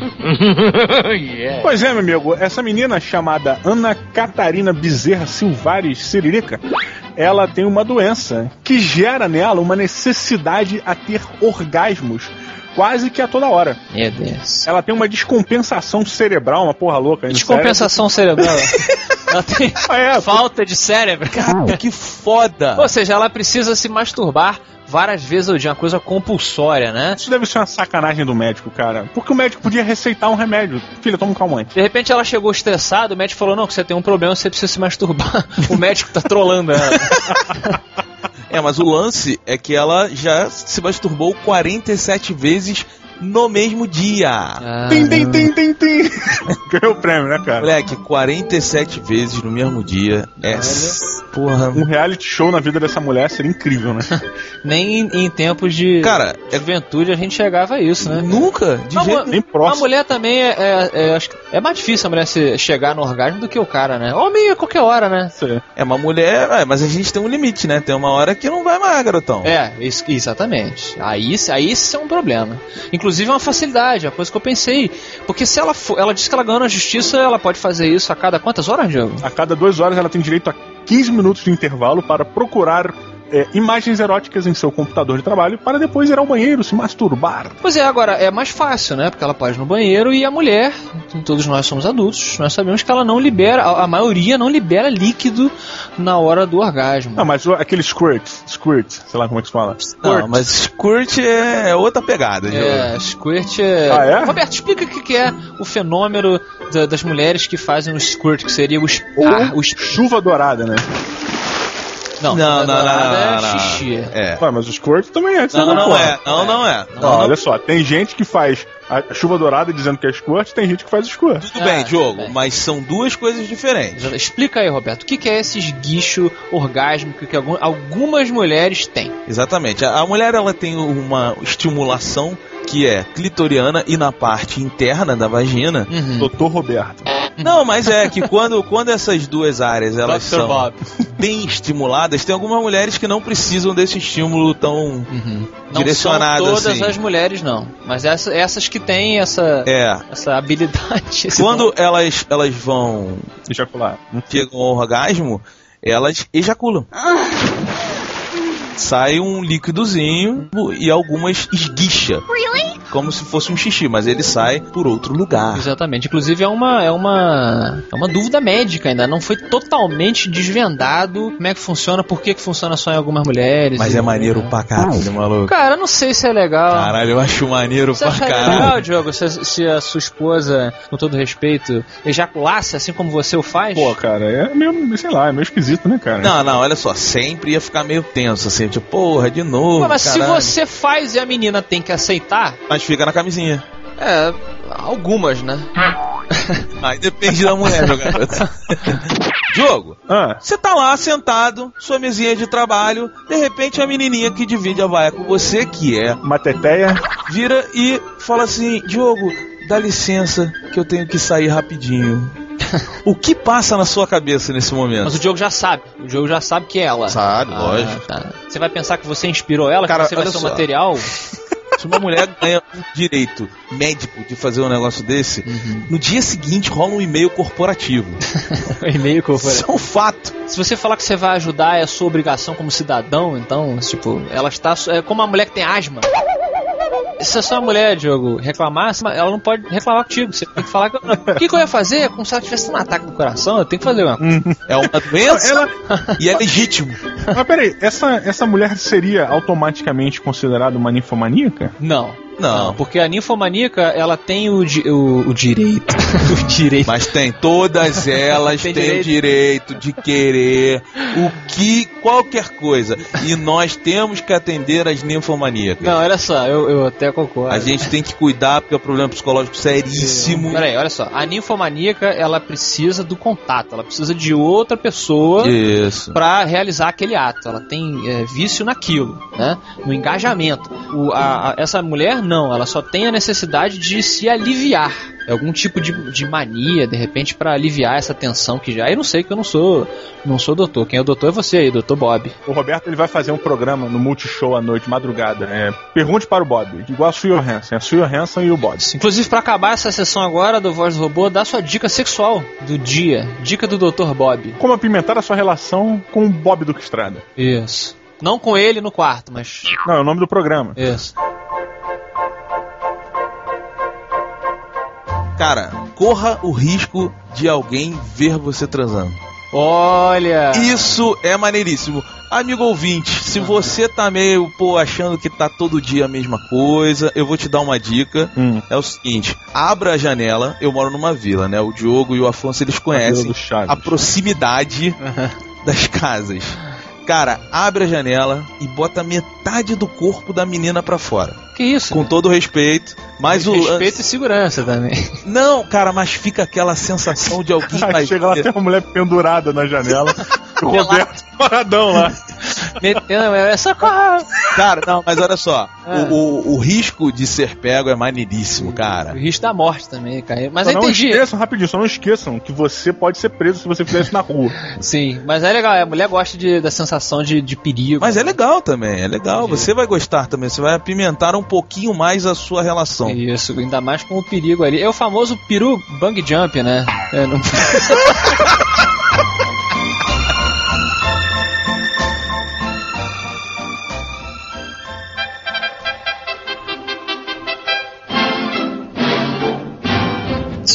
Speaker 5: yeah.
Speaker 3: Pois é, meu amigo, essa menina chamada Ana Catarina Bezerra Silvares Siririca, ela tem uma doença que gera nela uma necessidade a ter orgasmos quase que a toda hora.
Speaker 2: Meu Deus.
Speaker 3: Ela tem uma descompensação cerebral, uma porra louca. aí no
Speaker 2: Descompensação cerebral. Ela tem
Speaker 3: cérebro. É,
Speaker 2: falta de cérebro.
Speaker 4: Cara, É que foda.
Speaker 2: Ou seja, ela precisa se masturbar várias vezes ao dia, uma coisa compulsória, né?
Speaker 3: isso deve ser uma sacanagem do médico, cara. Porque o médico podia receitar um remédio. Filha, toma um calmante.
Speaker 2: De repente ela chegou estressada, o médico falou: Não, que você tem um problema, você precisa se masturbar. O médico tá trolando ela.
Speaker 4: É, mas o lance é que ela já se masturbou 47 vezes no mesmo dia.
Speaker 2: Ah,
Speaker 3: Tem, tem, tem, tem, tem. Ganhou o prêmio, né, cara?
Speaker 4: Moleque, 47 vezes no mesmo dia é. s- Porra.
Speaker 3: Um reality show na vida dessa mulher seria incrível, né?
Speaker 2: Nem em, em tempos de
Speaker 4: Cara, é-
Speaker 2: juventude a gente chegava a isso, né?
Speaker 4: nunca. De
Speaker 2: Não,
Speaker 4: jeito
Speaker 2: mano,
Speaker 3: Nem
Speaker 2: A
Speaker 3: próximo.
Speaker 2: mulher também é, é- é- acho que é mais difícil a mulher se chegar no orgasmo do que o cara, né? Homem é qualquer hora, né?
Speaker 4: É uma mulher, é, mas a gente tem um limite, né? Tem uma hora que não vai mais, garotão.
Speaker 2: É, isso- exatamente. Aí, aí isso é um problema. Inclusive é uma facilidade, é uma coisa que eu pensei. Porque se ela for, ela disse que ela ganhou na justiça, ela pode fazer isso a cada quantas horas, Diogo?
Speaker 3: A cada duas horas ela tem direito a 15 minutos de intervalo para procurar é, imagens eróticas em seu computador de trabalho para depois ir ao banheiro se masturbar.
Speaker 2: Pois é, agora é mais fácil, né? Porque ela pode ir no banheiro e a mulher, todos nós somos adultos, nós sabemos que ela não libera, a, a maioria não libera líquido na hora do orgasmo.
Speaker 3: Não, Ah, mas o- aquele squirt, squirt, sei lá como é que se fala.
Speaker 4: Não, mas squirt é é outra pegada,
Speaker 2: É, squirt é...
Speaker 3: Ah, é?
Speaker 2: Roberto, explica o que que é o fenômeno da- das mulheres que fazem o squirt, que seria o... es-
Speaker 3: Ou
Speaker 2: ah, o es-
Speaker 3: chuva dourada, né?
Speaker 2: Não,
Speaker 4: Não, não, não, não,
Speaker 2: é
Speaker 4: não, não.
Speaker 2: xixi.
Speaker 4: É.
Speaker 3: Ué, Ah, mas o squirt também é. isso
Speaker 4: Não, não
Speaker 3: porra.
Speaker 4: é.
Speaker 2: né?
Speaker 4: Não, não é.
Speaker 3: Não, olha só, tem gente que faz a chuva dourada dizendo que é squirt, tem gente que faz squirt.
Speaker 4: Tudo bem,
Speaker 2: Ah,
Speaker 4: Diogo,
Speaker 2: tudo bem.
Speaker 4: mas são duas coisas diferentes.
Speaker 2: Explica aí, Roberto, o que que é esse esguicho orgásmico que algum- algumas mulheres têm?
Speaker 4: Exatamente. A a mulher ela tem uma estimulação que é clitoriana e na parte interna da vagina.
Speaker 2: Uhum.
Speaker 3: Doutor Roberto.
Speaker 4: Não, mas é que quando, quando essas duas áreas elas
Speaker 2: Dr.
Speaker 4: são
Speaker 2: Bob.
Speaker 4: bem estimuladas, tem algumas mulheres que não precisam desse estímulo tão
Speaker 2: Uhum.
Speaker 4: direcionado
Speaker 2: não são todas
Speaker 4: assim.
Speaker 2: as mulheres, não. Mas essa- essas que têm essa,
Speaker 4: É.
Speaker 2: essa habilidade. esse dom.
Speaker 4: Quando elas, elas vão
Speaker 3: Ejacular.
Speaker 4: chegam ao orgasmo, elas ejaculam. Sai um líquidozinho e algumas esguicha. Como se fosse um xixi, mas ele sai por outro lugar.
Speaker 2: Exatamente. Inclusive é uma, é uma é uma dúvida médica ainda. Não foi totalmente desvendado como é que funciona, por que, que funciona só em algumas mulheres.
Speaker 4: Mas
Speaker 2: e- né?
Speaker 4: é maneiro Tá. pra caralho, maluco.
Speaker 2: Cara, eu não sei se é legal.
Speaker 4: Caralho, eu acho maneiro
Speaker 2: Você
Speaker 4: pra
Speaker 2: acharia
Speaker 4: caralho.
Speaker 2: legal, Diogo, se, se a sua esposa, com todo respeito, ejaculasse assim como você o faz?
Speaker 3: Pô, cara, é meio, sei lá, é meio esquisito, né, cara?
Speaker 4: Não, não, olha só, sempre ia ficar meio tenso, assim, tipo, porra, de novo.
Speaker 2: Pô, mas
Speaker 4: caralho.
Speaker 2: se você faz e a menina tem que aceitar,
Speaker 4: Mas fica na camisinha.
Speaker 2: é, algumas, né?
Speaker 4: Aí depende da mulher, meu garoto. Diogo,
Speaker 3: Ah,
Speaker 4: Você tá lá sentado, sua mesinha de trabalho, de repente a menininha que divide a vaia com você, que é,
Speaker 3: uma teteia.
Speaker 4: vira e fala assim: Diogo, dá licença que eu tenho que sair rapidinho. o que passa na sua cabeça nesse
Speaker 2: Mas
Speaker 4: momento?
Speaker 2: o Diogo já sabe. O Diogo já sabe que é ela.
Speaker 4: Sabe, lógico.
Speaker 2: tá. Você vai pensar que você inspirou ela,
Speaker 4: Cara,
Speaker 2: que você vai
Speaker 4: olha
Speaker 2: ser o
Speaker 4: só.
Speaker 2: material?
Speaker 4: Se uma mulher ganha um direito médico de fazer um negócio desse, no dia seguinte rola um e-mail corporativo.
Speaker 2: e-mail
Speaker 4: Isso é um fato.
Speaker 2: Se você falar que você vai ajudar, é a sua obrigação como cidadão, então, tipo, ela está. É como uma mulher que tem asma. Se a sua mulher, Diogo, reclamar, ela não pode reclamar contigo. Você tem que falar que. O que, que eu ia fazer? É como se ela tivesse um ataque do coração, eu tenho que fazer uma coisa.
Speaker 4: É uma doença
Speaker 3: Ela,
Speaker 4: e é legítimo.
Speaker 3: Mas peraí, essa, essa mulher seria automaticamente considerada uma ninfomaníaca?
Speaker 2: Não.
Speaker 4: Não.
Speaker 2: Porque a ninfomaníaca, ela tem o, di- o, o direito. o direito.
Speaker 4: Mas tem todas elas
Speaker 2: Tem
Speaker 4: têm o direito de querer o que qualquer coisa e nós temos que atender as ninfomaníacas.
Speaker 2: Não, olha só, eu, eu até concordo.
Speaker 4: A gente tem que cuidar porque é um problema psicológico seríssimo.
Speaker 2: Peraí, olha só. A ninfomaníaca, ela precisa do contato, ela precisa de outra pessoa.
Speaker 4: Isso.
Speaker 2: pra realizar aquele ato. Ela tem é, vício naquilo, né? No engajamento. O- a- a- essa mulher não, ela só tem a necessidade de se aliviar. É algum tipo de, de mania, de repente, pra aliviar essa tensão que já. Eu não sei que eu não sou, não sou doutor. Quem é o doutor é você aí, doutor Bob.
Speaker 3: O Roberto ele vai fazer um programa no Multishow à noite, madrugada. É, Pergunte para o Bob, igual a Sue Hansen. É a Sue Hansen e o Bob.
Speaker 2: Inclusive, pra acabar essa sessão agora do Voz do Robô, dá sua dica sexual do dia. Dica do doutor Bob.
Speaker 3: Como apimentar a sua relação com o Bob Duque Estrada?
Speaker 2: Isso. Não com ele no quarto, mas.
Speaker 3: Não, é o nome do programa.
Speaker 2: Isso.
Speaker 4: Cara, corra o risco de alguém ver você transando.
Speaker 2: Olha!
Speaker 4: Isso é maneiríssimo. Amigo ouvinte, se você tá meio, pô, achando que tá todo dia a mesma coisa, eu vou te dar uma dica.
Speaker 3: Hum.
Speaker 4: É o seguinte, abra a janela, eu moro numa vila, né? O Diogo e o Afonso, eles
Speaker 3: Vila
Speaker 4: conhecem
Speaker 3: do Chaves.
Speaker 4: a proximidade das casas. Cara, abre a janela e bota metade do corpo da menina pra fora.
Speaker 2: Que isso?
Speaker 4: Com todo respeito, mas o lance-
Speaker 2: Respeito e segurança também.
Speaker 4: Não, cara, mas fica aquela sensação de alguém
Speaker 3: Aí
Speaker 4: vai
Speaker 3: chega lá,
Speaker 4: ver.
Speaker 3: tem uma mulher pendurada na janela. o Roberto paradão lá.
Speaker 2: Metendo, é socorro!
Speaker 4: Cara, não, mas olha só.
Speaker 2: É.
Speaker 4: O, o- o risco de ser pego é maneiríssimo,
Speaker 2: O
Speaker 4: cara.
Speaker 2: risco da morte também, cara. Mas
Speaker 3: Só
Speaker 2: eu
Speaker 3: não
Speaker 2: entendi.
Speaker 3: esqueçam, rapidinho, só não esqueçam que você pode ser preso se você fizer isso na rua.
Speaker 2: Sim, mas é legal. A mulher gosta de- da sensação de, de perigo.
Speaker 4: Mas é legal também, é legal. Você vai gostar também. Você vai apimentar um pouquinho mais a sua relação.
Speaker 2: Isso, ainda mais com o perigo ali. É o famoso peru bang jump, né? É, não-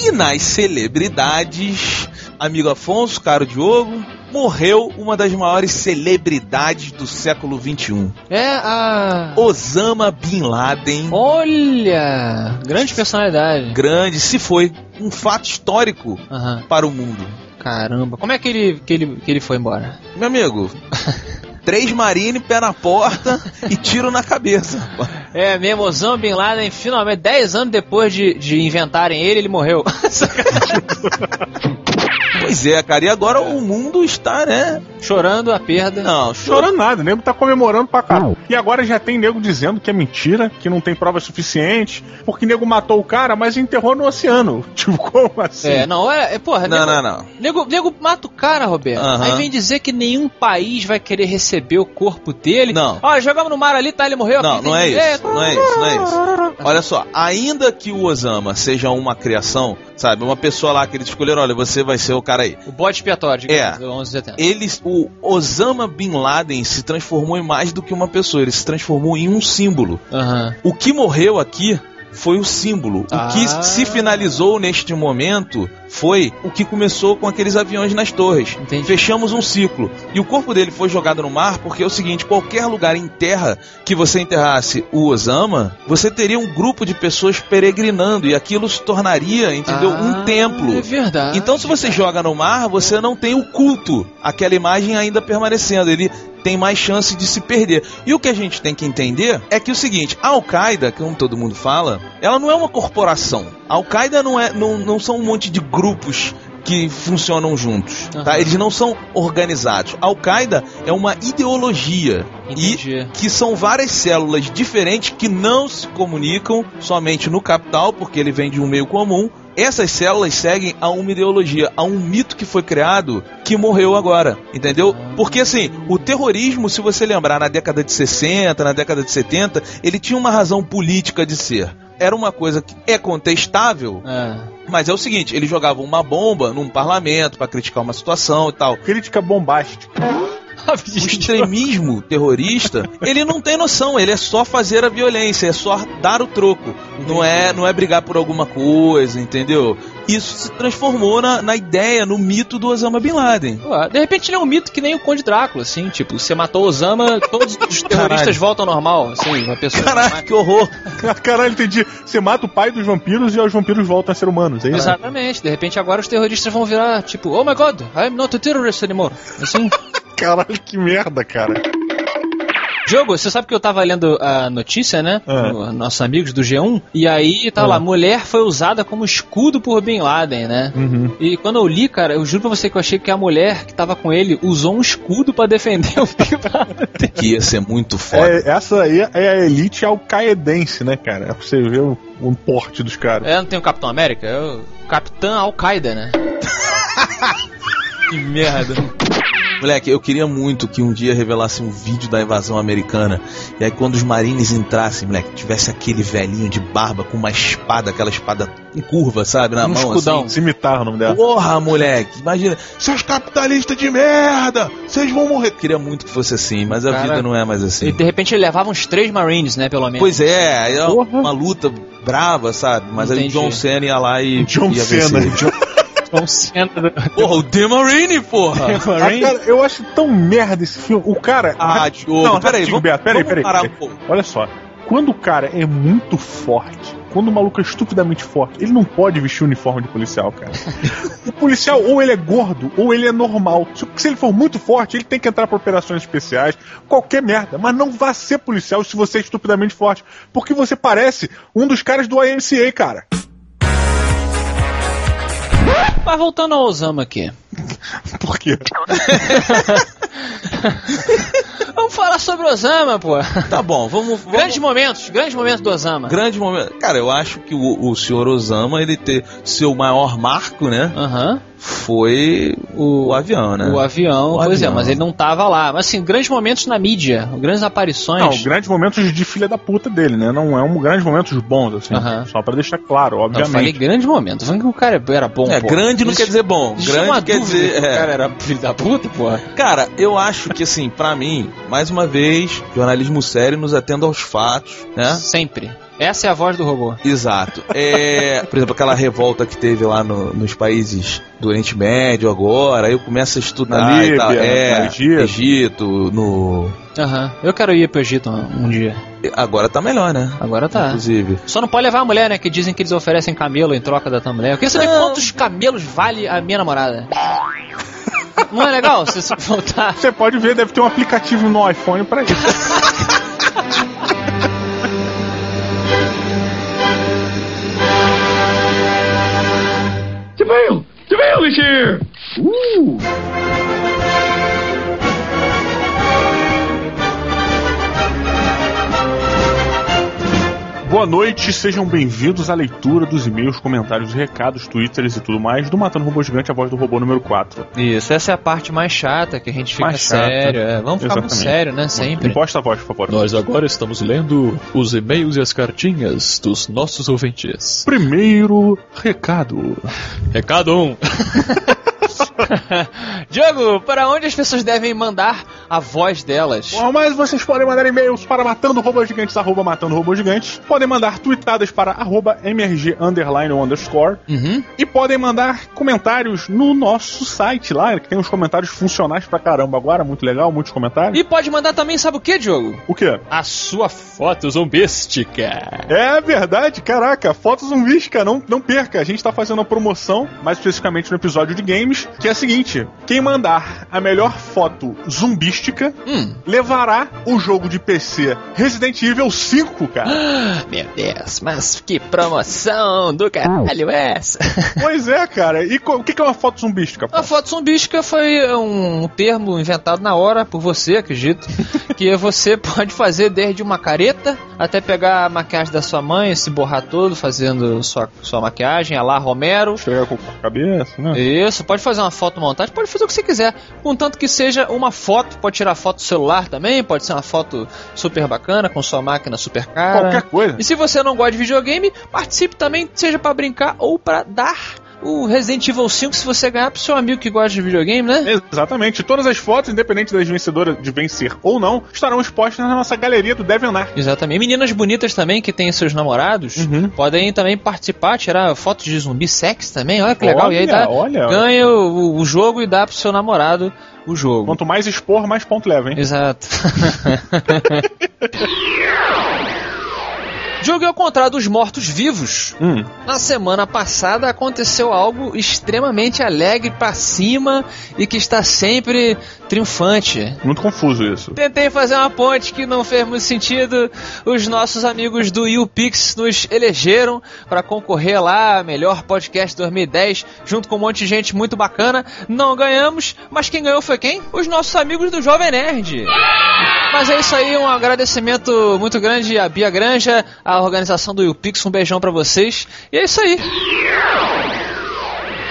Speaker 4: E nas celebridades, amigo Afonso, caro Diogo, morreu uma das maiores celebridades do século XXI.
Speaker 2: É a.
Speaker 4: Osama Bin Laden.
Speaker 2: Olha! Grande personalidade.
Speaker 4: Grande, se foi um fato histórico
Speaker 2: Aham.
Speaker 4: para o mundo.
Speaker 2: Caramba, como é que ele, que, ele, que ele foi embora?
Speaker 4: Meu amigo, três marine, pé na porta e tiro na cabeça.
Speaker 2: É mesmo, Osama Bin Laden, finalmente, 10 anos depois de, de inventarem ele, ele morreu.
Speaker 4: Pois é, cara, e agora o mundo está, né?
Speaker 2: Chorando a perda.
Speaker 4: Não, chorando.
Speaker 3: Chorando nada, o nego tá comemorando pra cá. E agora já tem nego dizendo que é mentira, que não tem prova suficiente, porque nego matou o cara, mas enterrou no oceano. Tipo, como assim?
Speaker 2: É, não, é, é porra,
Speaker 4: Não,
Speaker 2: nego-
Speaker 4: não, não.
Speaker 2: Nego, nego mata o cara, Roberto.
Speaker 4: Aham.
Speaker 2: Aí vem dizer que nenhum país vai querer receber o corpo dele.
Speaker 4: Não.
Speaker 2: Ó, jogamos no mar ali, tá? Ele morreu.
Speaker 4: Não,
Speaker 2: aqui,
Speaker 4: não é
Speaker 2: tem-
Speaker 4: isso. Não é isso, não é isso. Olha só, ainda que o Osama seja uma criação, sabe, uma pessoa lá que eles escolheram, olha, você vai ser o cara aí.
Speaker 2: O bode expiatório, digamos,
Speaker 4: É.
Speaker 2: do 11 de setembro.
Speaker 4: Eles, o Osama Bin Laden se transformou em mais do que uma pessoa, ele se transformou em um símbolo.
Speaker 2: Aham.
Speaker 4: O que morreu aqui foi o símbolo. O
Speaker 2: Ah.
Speaker 4: que se finalizou neste momento foi o que começou com aqueles aviões nas torres.
Speaker 2: Entendi.
Speaker 4: Fechamos um ciclo. E o corpo dele foi jogado no mar porque é o seguinte: qualquer lugar em terra que você enterrasse o Osama, você teria um grupo de pessoas peregrinando e aquilo se tornaria, entendeu?
Speaker 2: Ah,
Speaker 4: um
Speaker 2: É
Speaker 4: templo.
Speaker 2: verdade.
Speaker 4: Então, se você joga no mar, você não tem o culto, aquela imagem ainda permanecendo. Ele tem mais chance de se perder. E o que a gente tem que entender é que o seguinte: a Al-Qaeda, como todo mundo fala, ela não é uma corporação. A Al-Qaeda não, é, não, não são um monte de grupos que funcionam juntos.
Speaker 2: Aham.
Speaker 4: Tá? Eles não são organizados. A Al-Qaeda é uma ideologia. E
Speaker 2: Entendi.
Speaker 4: que são várias células diferentes que não se comunicam somente no capital, porque ele vem de um meio comum. Essas células seguem a uma ideologia, a um mito que foi criado que morreu agora, entendeu? Porque assim, o terrorismo, se você lembrar, na década de 60, na década de 70, ele tinha uma razão política de ser. Era uma coisa que é contestável,
Speaker 2: É.
Speaker 4: mas é o seguinte, ele jogava uma bomba num parlamento para criticar uma situação e tal.
Speaker 3: Crítica bombástica.
Speaker 4: O extremismo terrorista, ele não tem noção, ele é só fazer a violência, é só dar o troco. Não é, não é brigar por alguma coisa, entendeu? Isso se transformou na, na ideia, no mito do Osama Bin Laden.
Speaker 2: Ué, De repente ele é um mito que nem o Conde Drácula, assim, tipo, você matou Osama, todos os terroristas
Speaker 4: Caralho.
Speaker 2: voltam ao normal, assim, uma pessoa.
Speaker 4: Caraca, que horror!
Speaker 3: Caralho, entendi. Você mata o pai dos vampiros e os vampiros voltam a ser humanos, é isso?
Speaker 2: Exatamente, de repente agora os terroristas vão virar, tipo, oh my god, I'm not a terrorist anymore. Assim.
Speaker 3: Caralho, que merda, cara.
Speaker 2: Diogo, você sabe que eu tava lendo a notícia, né?
Speaker 3: Ah.
Speaker 2: No- Nossos amigos do G1. E aí tá lá, mulher foi usada como escudo por Bin Laden, né?
Speaker 3: Uhum.
Speaker 2: E quando eu li, cara, eu juro pra você que eu achei que a mulher que tava com ele usou um escudo pra defender o Bin Laden.
Speaker 4: Que ia ser muito foda.
Speaker 3: É, essa aí é a elite alcaedense, né, cara? É pra você ver o, o porte dos caras.
Speaker 2: É, não tem o Capitão América? É o Capitã Al-Qaeda, né?
Speaker 4: Que merda. Moleque, eu queria muito que um dia revelasse um vídeo da invasão americana. E aí, quando os marines entrassem, moleque, tivesse aquele velhinho de barba com uma espada, aquela espada em curva, sabe? Na
Speaker 2: Um
Speaker 4: mão,
Speaker 2: escudão.
Speaker 4: assim.
Speaker 3: Cimitarra o nome
Speaker 2: É.
Speaker 3: dela.
Speaker 4: Porra, moleque, imagina. Seus capitalistas de merda! Vocês vão morrer. Queria muito que fosse assim, mas a
Speaker 2: Cara,
Speaker 4: vida não é mais
Speaker 2: E
Speaker 4: assim.
Speaker 2: de repente ele levava uns três Marines, né, pelo menos.
Speaker 4: Pois é, aí é
Speaker 3: Porra.
Speaker 4: uma luta brava, sabe? Mas aí o
Speaker 2: Entendi.
Speaker 4: John Cena ia lá e.
Speaker 3: John
Speaker 4: ia
Speaker 3: Cena.
Speaker 4: vencer.
Speaker 2: John Cena do-
Speaker 4: Porra, o The Marine, porra!
Speaker 3: Ah, cara, eu acho tão merda esse filme. O cara.
Speaker 4: Ah, Diogo,
Speaker 3: Não,
Speaker 4: peraí,
Speaker 3: rapidinho,
Speaker 4: vamos,
Speaker 3: Beto, peraí,
Speaker 4: vamos
Speaker 3: peraí,
Speaker 4: parar
Speaker 3: peraí.
Speaker 4: um pouco.
Speaker 3: Olha só. Quando o cara é muito forte, quando o maluco é estupidamente forte, ele não pode vestir o uniforme de policial, cara. o policial, ou ele é gordo, ou ele é normal. Se, se ele for muito forte, ele tem que entrar pra operações especiais, qualquer merda. Mas não vá ser policial se você é estupidamente forte. Porque você parece um dos caras do IMCA, cara.
Speaker 2: Mas voltando ao Osama aqui.
Speaker 3: Por quê?
Speaker 2: Vamos falar sobre o Osama, pô.
Speaker 4: Tá bom, vamos. vamos...
Speaker 2: Grandes momentos, grandes momentos do Osama.
Speaker 4: grande momento. Cara, eu acho que o, o senhor Osama, ele ter seu maior marco, né?
Speaker 2: Aham.
Speaker 4: Foi o, avião, né?
Speaker 2: O avião,
Speaker 4: O
Speaker 2: pois
Speaker 4: avião.
Speaker 2: é, mas ele não tava lá. Mas assim, grandes momentos na mídia, grandes
Speaker 3: Não,
Speaker 2: aparições.
Speaker 3: grandes momentos de filha da puta dele, né? Não é um grandes momentos bons, assim.
Speaker 2: Aham.
Speaker 3: Só pra deixar claro,
Speaker 2: Não, eu falei
Speaker 3: obviamente.
Speaker 2: grandes momentos. Vamos que o cara era bom,
Speaker 4: É,
Speaker 2: pô.
Speaker 4: grande não
Speaker 2: Existe-
Speaker 4: quer dizer bom.
Speaker 2: existe
Speaker 4: Grande
Speaker 2: uma
Speaker 4: quer
Speaker 2: dúvida
Speaker 4: dizer.
Speaker 2: que
Speaker 4: é.
Speaker 2: o cara era filho da puta, pô.
Speaker 4: Cara, eu acho que assim, pra mim, mais uma vez, jornalismo sério nos atendo aos fatos, né?
Speaker 2: Sempre. Essa é a voz do robô.
Speaker 4: Exato. É, por exemplo, aquela revolta que teve lá no- nos países do Oriente Médio agora, aí eu começo a estudar
Speaker 3: Na
Speaker 4: e tal.
Speaker 3: Líbia,
Speaker 4: É,
Speaker 3: no Egito.
Speaker 4: Egito, no.
Speaker 2: Aham. Eu quero ir pro Egito um um dia.
Speaker 4: Agora tá melhor, né?
Speaker 2: Agora tá.
Speaker 4: Inclusive.
Speaker 2: Só não pode levar a mulher, né? Que dizem que eles oferecem camelo em troca da tua mulher. Eu queria saber quantos camelos vale a minha namorada. Não é legal se você voltar.
Speaker 3: Você pode ver, deve ter um aplicativo no iPhone pra isso.
Speaker 5: Jamil! Jamil is here! Ooh!
Speaker 3: Boa noite, sejam bem-vindos à leitura dos e-mails, comentários, recados, twitters e tudo mais do Matando Robô Gigante, a voz do robô número 4.
Speaker 2: Isso, essa é a parte mais chata que a gente fica
Speaker 3: Mais chata.
Speaker 2: sério. é. Vamos ficar muito
Speaker 3: Exatamente.
Speaker 2: sério, né? Sempre.
Speaker 3: Imposta a voz, por favor.
Speaker 1: Nós agora estamos lendo os e-mails e as cartinhas dos nossos ouvintes.
Speaker 3: Primeiro recado.
Speaker 1: Recado 1. Um.
Speaker 2: Diogo, para onde as pessoas devem mandar a voz delas?
Speaker 3: Bom, mas vocês podem mandar e-mails para matando robôs gigantes, arroba matando robôs gigantes. Podem mandar tweetadas para arroba mrg underline ou underscore.
Speaker 2: Uhum.
Speaker 3: E podem mandar comentários no nosso site lá, que tem uns comentários funcionais pra caramba agora, muito legal, muitos comentários.
Speaker 2: E pode mandar também, sabe o que, Diogo?
Speaker 3: O quê?
Speaker 2: A sua f...
Speaker 1: Foto zombística.
Speaker 3: É verdade, caraca, fotos zumbis, cara, não, não perca. A gente tá fazendo uma promoção, mais especificamente no episódio de games, que é a seguinte: quem mandar a melhor foto zumbística
Speaker 2: Hum.
Speaker 3: levará o jogo de PC Resident Evil 5, cara.
Speaker 2: Ah, Meu Deus, mas que promoção do caralho é essa?
Speaker 3: pois é, cara. E co- o que que é uma foto zumbística? pô?
Speaker 2: A foto zumbística foi um termo inventado na hora por você, acredito, que você pode fazer desde uma careta até pegar a maquiagem da sua mãe, se borrar todo fazendo sua, sua maquiagem, a lá Romero.
Speaker 3: Chegar com a cabeça, né?
Speaker 2: Isso, pode fazer uma foto montagem, pode fazer o que você quiser, contanto que seja uma foto, pode tirar foto do celular também, pode ser uma foto super bacana com sua máquina super cara.
Speaker 3: Qualquer coisa.
Speaker 2: E se você não gosta de videogame, participe também, seja pra brincar ou pra dar o Resident Evil 5 se você ganhar pro seu amigo que gosta de videogame, né?
Speaker 3: Exatamente. Todas as fotos, independente das vencedoras de vencer ou não, estarão expostas na nossa galeria do DeviantArt.
Speaker 2: Exatamente. E Meninas bonitas também que têm seus namorados
Speaker 3: Uhum.
Speaker 2: podem também participar, tirar fotos de zumbi sexy também. Olha que legal. e aí tá
Speaker 3: Olha,
Speaker 2: dá,
Speaker 3: olha.
Speaker 2: ganha o, o jogo e dá pro seu namorado o jogo.
Speaker 3: Quanto mais expor, mais ponto leva, hein?
Speaker 2: Exato. Diogo, e ao é contrário dos mortos-vivos,
Speaker 3: Hum.
Speaker 2: na semana passada aconteceu algo extremamente alegre pra cima e que está sempre triunfante.
Speaker 3: Muito confuso isso.
Speaker 2: Tentei fazer uma ponte que não fez muito sentido. Os nossos amigos do YouPix nos elegeram para concorrer lá, melhor podcast 2010, junto com um monte de gente muito bacana. Não ganhamos, mas quem ganhou foi quem? Os nossos amigos do Jovem Nerd. Mas é isso aí, um agradecimento muito grande à Bia Granja, à organização do YouPix, um beijão para vocês. E é isso aí.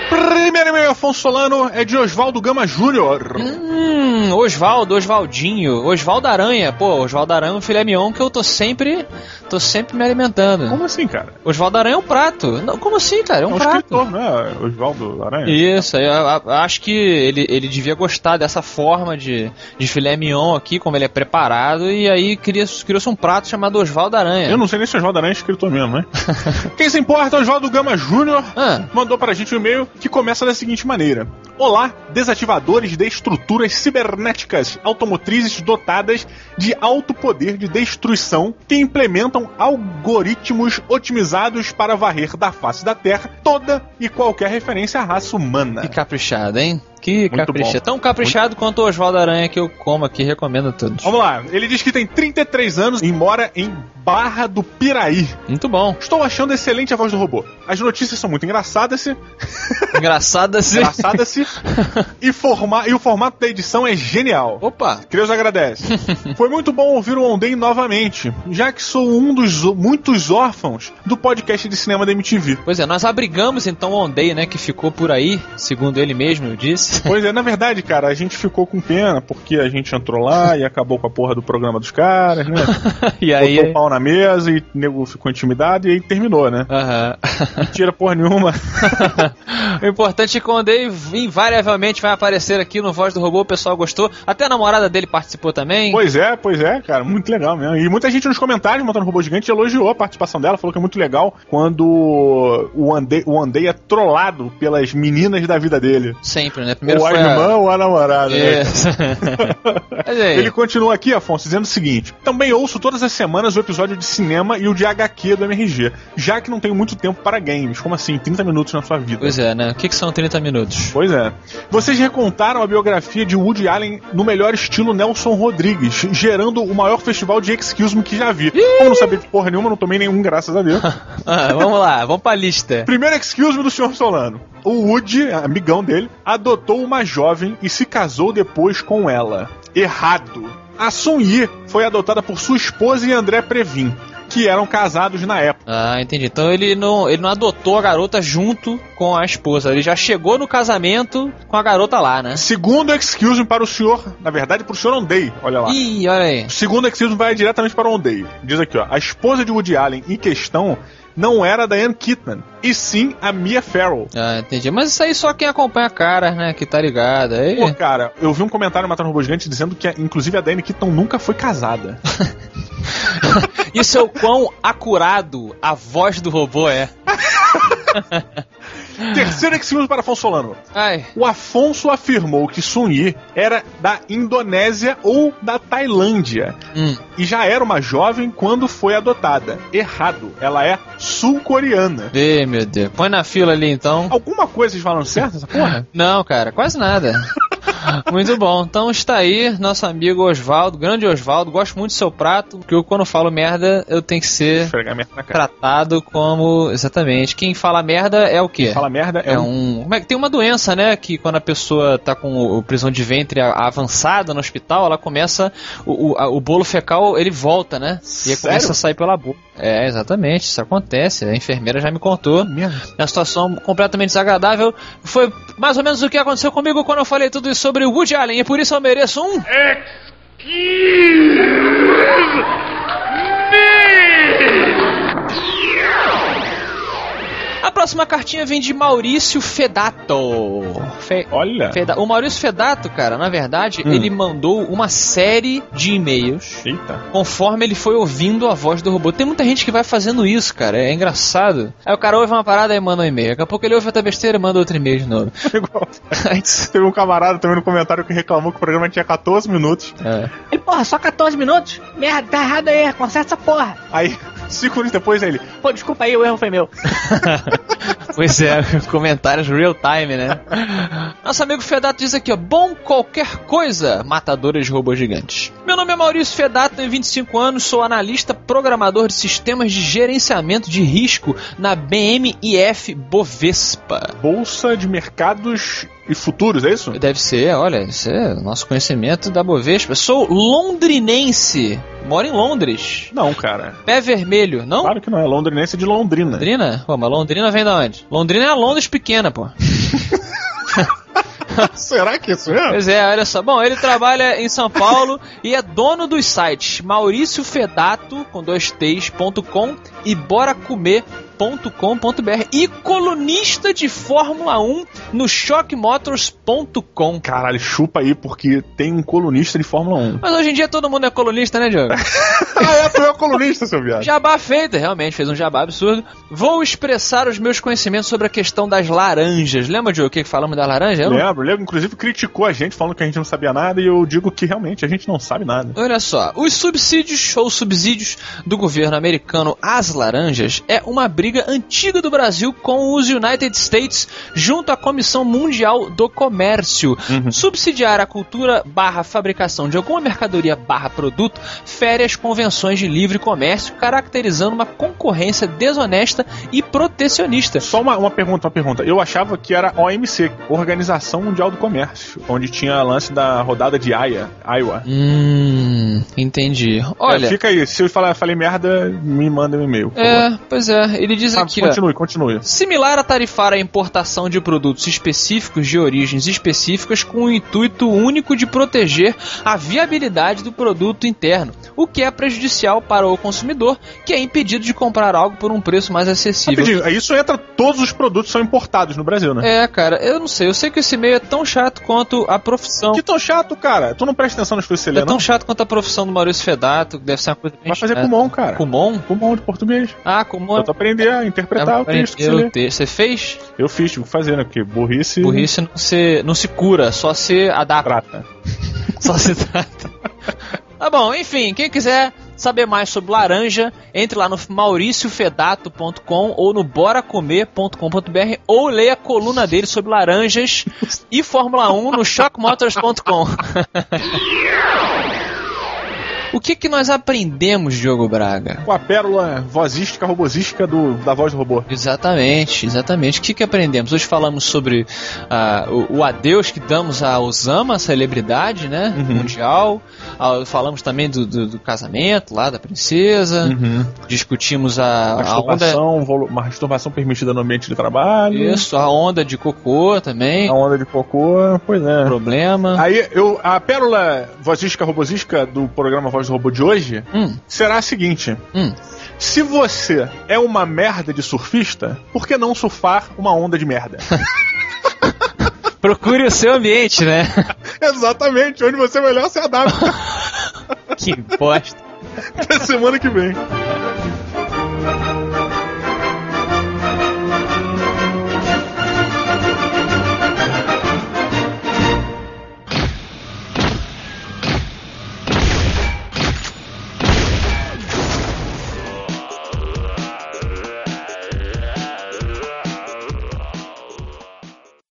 Speaker 3: Primeiro e-mail, Afonso Solano, é de Oswaldo Gama Júnior.
Speaker 2: Hum, Osvaldo, Osvaldinho, Osvaldo Aranha. Pô, Osvaldo Aranha é um filé mignon que eu tô sempre, tô sempre me alimentando.
Speaker 3: Como assim, cara?
Speaker 2: Osvaldo Aranha é um prato. Não, como assim, cara? É
Speaker 3: É
Speaker 2: um,
Speaker 3: um
Speaker 2: prato.
Speaker 3: escritor, né? Oswaldo Aranha.
Speaker 2: Isso, eu a- a- acho que ele, ele devia gostar dessa forma de, de filé mignon aqui, como ele é preparado, e aí cria- criou-se um prato chamado Osvaldo Aranha.
Speaker 3: Eu não sei nem se Oswaldo Aranha é escritor mesmo, né? Quem se importa, Oswaldo Gama Júnior
Speaker 2: Ah.
Speaker 3: mandou pra gente um e-mail que começa da seguinte maneira: Olá, desativadores de estruturas cibernéticas automotrizes dotadas de alto poder de destruição que implementam algoritmos otimizados para varrer da face da Terra toda e qualquer referência à raça humana.
Speaker 2: Que caprichado, hein? Que
Speaker 3: Muito
Speaker 2: caprichado.
Speaker 3: bom.
Speaker 2: Tão caprichado quanto o Osvaldo Aranha que eu como aqui, recomendo a todos.
Speaker 3: Vamos lá, ele diz que tem 33 anos e mora em Barra do Piraí.
Speaker 2: Muito bom.
Speaker 3: Estou achando excelente a voz do robô. As notícias são muito engraçadas,
Speaker 2: Engraçado assim.
Speaker 3: engraçadas-se e, forma, e o formato da edição é genial.
Speaker 2: Opa,
Speaker 3: Creus agradece. Foi muito bom ouvir o Onden novamente, já que sou um dos o- muitos órfãos do podcast de cinema da MTV.
Speaker 2: Pois é, nós abrigamos então o Ondei, né, que ficou por aí, segundo ele mesmo eu disse.
Speaker 3: Pois é, na verdade, cara, a gente ficou com pena porque a gente entrou lá e acabou com a porra do programa dos caras, né?
Speaker 2: e aí.
Speaker 3: Botou o pau na mesa e o nego ficou intimidado e aí terminou, né?
Speaker 2: Aham.
Speaker 3: Tira porra nenhuma.
Speaker 2: o importante é que o Ondei invariavelmente vai aparecer aqui no Voz do Robô, o pessoal gostou. Até a namorada dele participou também.
Speaker 3: Pois é, pois é, cara, muito legal mesmo. E muita gente nos comentários, montando robô gigante, elogiou a participação dela, falou que é muito legal quando o Andei, o Andei é trollado pelas meninas da vida dele.
Speaker 2: Sempre, né? Primeiro
Speaker 3: ou a
Speaker 2: foi a- É,
Speaker 3: irmã ou a namorada, né?
Speaker 2: Isso. Mas e aí?
Speaker 3: Ele continua aqui, Afonso, dizendo o seguinte: Também ouço todas as semanas o episódio de cinema e o de HQ do MRG, já que não tenho muito tempo para games. Como assim? 30 minutos na sua vida.
Speaker 2: Pois é, né? O que, que são 30 minutos?
Speaker 3: Pois é. Vocês recontaram a biografia de Woody Allen no melhor estilo Nelson Rodrigues, gerando o maior festival de excuse me que já vi. Como não sabia de porra nenhuma, não tomei nenhum, graças a Deus.
Speaker 2: Ah, vamos lá, vamos pra lista.
Speaker 3: Primeiro excuse me do senhor Solano. O Woody, amigão dele, adotou uma jovem e se casou depois com ela. Errado. A Sun Yi foi adotada por sua esposa e André Previn, que eram casados na época.
Speaker 2: Ah, entendi. Então ele não, ele não adotou a garota junto com a esposa. Ele já chegou no casamento com a garota lá, né?
Speaker 3: Segundo excuse me para o senhor, na verdade para o senhor Ondei, olha lá.
Speaker 2: Ih, olha aí.
Speaker 3: O segundo exorcismo vai diretamente para o Ondei. Diz aqui, ó. A esposa de Woody Allen em questão não era a Diane Keaton, e sim a Mia Farrow.
Speaker 2: Ah, entendi. Mas isso aí só quem acompanha a cara, né? Que tá ligado. Aí...
Speaker 3: Pô, cara, eu vi um comentário matando robô gigante dizendo que, inclusive, a Diane Keaton nunca foi casada.
Speaker 2: Isso é o quão acurado a voz do robô é.
Speaker 3: Terceiro exorcismo para Afonso Solano.
Speaker 2: Ai.
Speaker 3: O Afonso afirmou que Sun Yi era da Indonésia ou da Tailândia
Speaker 2: Hum.
Speaker 3: e já era uma jovem quando foi adotada. Errado, ela é sul-coreana.
Speaker 2: Ê, meu Deus. Põe na fila ali então.
Speaker 3: Alguma coisa vocês falam certo essa porra?
Speaker 2: Não, cara, quase nada. Muito bom. Então está aí nosso amigo Osvaldo, grande Osvaldo. Gosto muito do seu prato, porque eu, quando falo merda, eu tenho que ser
Speaker 3: Esfregar merda na cara.
Speaker 2: tratado como. Exatamente. Quem fala merda é o quê?
Speaker 3: Fala merda
Speaker 2: É um. Como é que tem uma doença, né? Que quando a pessoa tá com o- o prisão de ventre a- avançada no hospital, ela começa. O, o, a- o bolo fecal ele volta, né? E aí
Speaker 3: Sério?
Speaker 2: começa a sair pela boca. É, exatamente, isso acontece. A enfermeira já me contou. É uma situação completamente desagradável. Foi mais ou menos o que aconteceu comigo quando eu falei tudo isso sobre o Woody Allen, e por isso eu mereço um. A próxima cartinha vem de Maurício Fedato. Fe-
Speaker 3: Olha.
Speaker 2: Feda- O Maurício Fedato, cara, na verdade,
Speaker 3: Hum.
Speaker 2: ele mandou uma série de e-mails
Speaker 3: Eita.
Speaker 2: conforme ele foi ouvindo a voz do robô. Tem muita gente que vai fazendo isso, cara. É engraçado. Aí o cara ouve uma parada e manda um e-mail. Daqui a pouco ele ouve outra besteira e manda outro e-mail de novo.
Speaker 3: Igual.
Speaker 2: Aí tu-
Speaker 3: Teve um camarada também no comentário que reclamou que o programa tinha 14 minutos.
Speaker 2: é.
Speaker 8: Ele, porra, só 14 minutos? Merda, tá errado aí, conserta essa porra.
Speaker 3: Aí, cinco minutos depois, ele.
Speaker 8: Pô, desculpa aí, o erro foi meu.
Speaker 2: Pois é, comentários real time, né? Nosso amigo Fedato diz aqui, ó, bom qualquer coisa, matadores de robôs gigantes. Meu nome é Maurício Fedato, tenho 25 anos, sou analista programador de sistemas de gerenciamento de risco na BMIF Bovespa.
Speaker 3: Bolsa de Mercados e Futuros, é isso?
Speaker 2: Deve ser, olha, isso é nosso conhecimento da Bovespa. Sou londrinense, moro em Londres.
Speaker 3: Não, cara.
Speaker 2: Pé vermelho, não?
Speaker 3: Claro que não, é londrinense de Londrina.
Speaker 2: Londrina? Pô, mas Londrina vem da onde? Londrina é a Londres pequena, pô.
Speaker 3: Será que é isso mesmo?
Speaker 2: Pois é, olha só. Bom, ele trabalha em São Paulo e é dono dos sites Maurício Fedato, com dois T's, ponto com, e boracomer.com.br e colunista de Fórmula 1 no chockmotors.com.
Speaker 3: Caralho, chupa aí, porque tem um colunista de Fórmula 1.
Speaker 2: Mas hoje em dia todo mundo é colunista, né, Diogo?
Speaker 3: ah, é, tu é o colunista, seu viado.
Speaker 2: Jabá feito, realmente, fez um jabá absurdo. Vou expressar os meus conhecimentos sobre a questão das laranjas. Lembra, Diogo, o que que falamos da laranja? Eu não
Speaker 3: Lembro, lembro, inclusive criticou a gente falando que a gente não sabia nada e eu digo que realmente a gente não sabe nada.
Speaker 2: Olha só, os subsídios ou subsídios do governo americano às laranjas é uma briga antiga do Brasil com os United States junto à Comissão Mundial do Comércio.
Speaker 3: Uhum.
Speaker 2: Subsidiar a cultura barra fabricação de alguma mercadoria barra produto fere as convenções de livre comércio, caracterizando uma concorrência desonesta e protecionista.
Speaker 3: Só um uma, uma pergunta, uma pergunta. Eu achava que era OMC, Organização Mundial do Comércio, onde tinha lance da rodada de Iowa. Iowa.
Speaker 2: Hum, entendi.
Speaker 3: É,
Speaker 2: Olha,
Speaker 3: fica aí, se eu falar, falei merda, me manda um e-mail. por favor.
Speaker 2: é, pois é, ele diz
Speaker 3: Ah,
Speaker 2: aqui, ó.
Speaker 3: continue, continue.
Speaker 2: Similar a tarifar a importação de produtos específicos de origens específicas com o intuito único de proteger a viabilidade do produto interno, o que é prejudicial para o consumidor, que é impedido de comprar algo por um preço mais acessível.
Speaker 3: Rapidinho, isso entra, todos os produtos são importados no Brasil, né?
Speaker 2: É, cara, eu não sei, eu sei que esse meio é tão chato quanto a profissão.
Speaker 3: Que tão chato, cara. Tu não presta atenção nas coisas que você
Speaker 2: É
Speaker 3: lê, não?
Speaker 2: tão né? chato quanto a profissão do Maurício Fedato, que deve ser uma coisa bem
Speaker 3: né? Vai fazer
Speaker 2: chata.
Speaker 3: Kumon, cara.
Speaker 2: Kumon?
Speaker 3: Kumon de português.
Speaker 2: Ah, Kumon. é
Speaker 3: Pra tu aprender a interpretar o texto que você lê.
Speaker 2: Você fez?
Speaker 3: Eu fiz, tive que fazer, né? Porque burrice...
Speaker 2: Burrice não se, não se cura, só se adapta.
Speaker 3: Trata.
Speaker 2: Só se trata. Tá bom, enfim, quem quiser saber mais sobre laranja, entre lá no mauriciofedato.com ou no boracomer.com.br ou leia a coluna dele sobre laranjas e Fórmula 1 no shockmotors.com. o que que nós aprendemos, Diogo Braga?
Speaker 3: Com a pérola vozística, robosística do, da voz do robô.
Speaker 2: Exatamente, exatamente. O que, que aprendemos? Hoje falamos sobre ah, o, o adeus que damos a Osama, a celebridade né, mundial. Ah, falamos também do, do- do casamento lá da princesa. Discutimos Uhum. a, a onda.
Speaker 3: Uhum. Masturbação, né? volu- masturbação permitida no ambiente de trabalho.
Speaker 2: Isso, a onda de cocô também.
Speaker 3: A onda de cocô, pois é.
Speaker 2: Problema.
Speaker 3: Aí, eu, a pérola vozística, robosística do programa Voz do Robô de hoje
Speaker 2: Hum,
Speaker 3: será a seguinte.
Speaker 2: hum.
Speaker 3: Se você é uma merda de surfista, por que não surfar uma onda de merda?
Speaker 2: Procure o seu ambiente, né?
Speaker 3: Exatamente, onde você melhor se adapta
Speaker 2: que bosta.
Speaker 3: até semana que vem.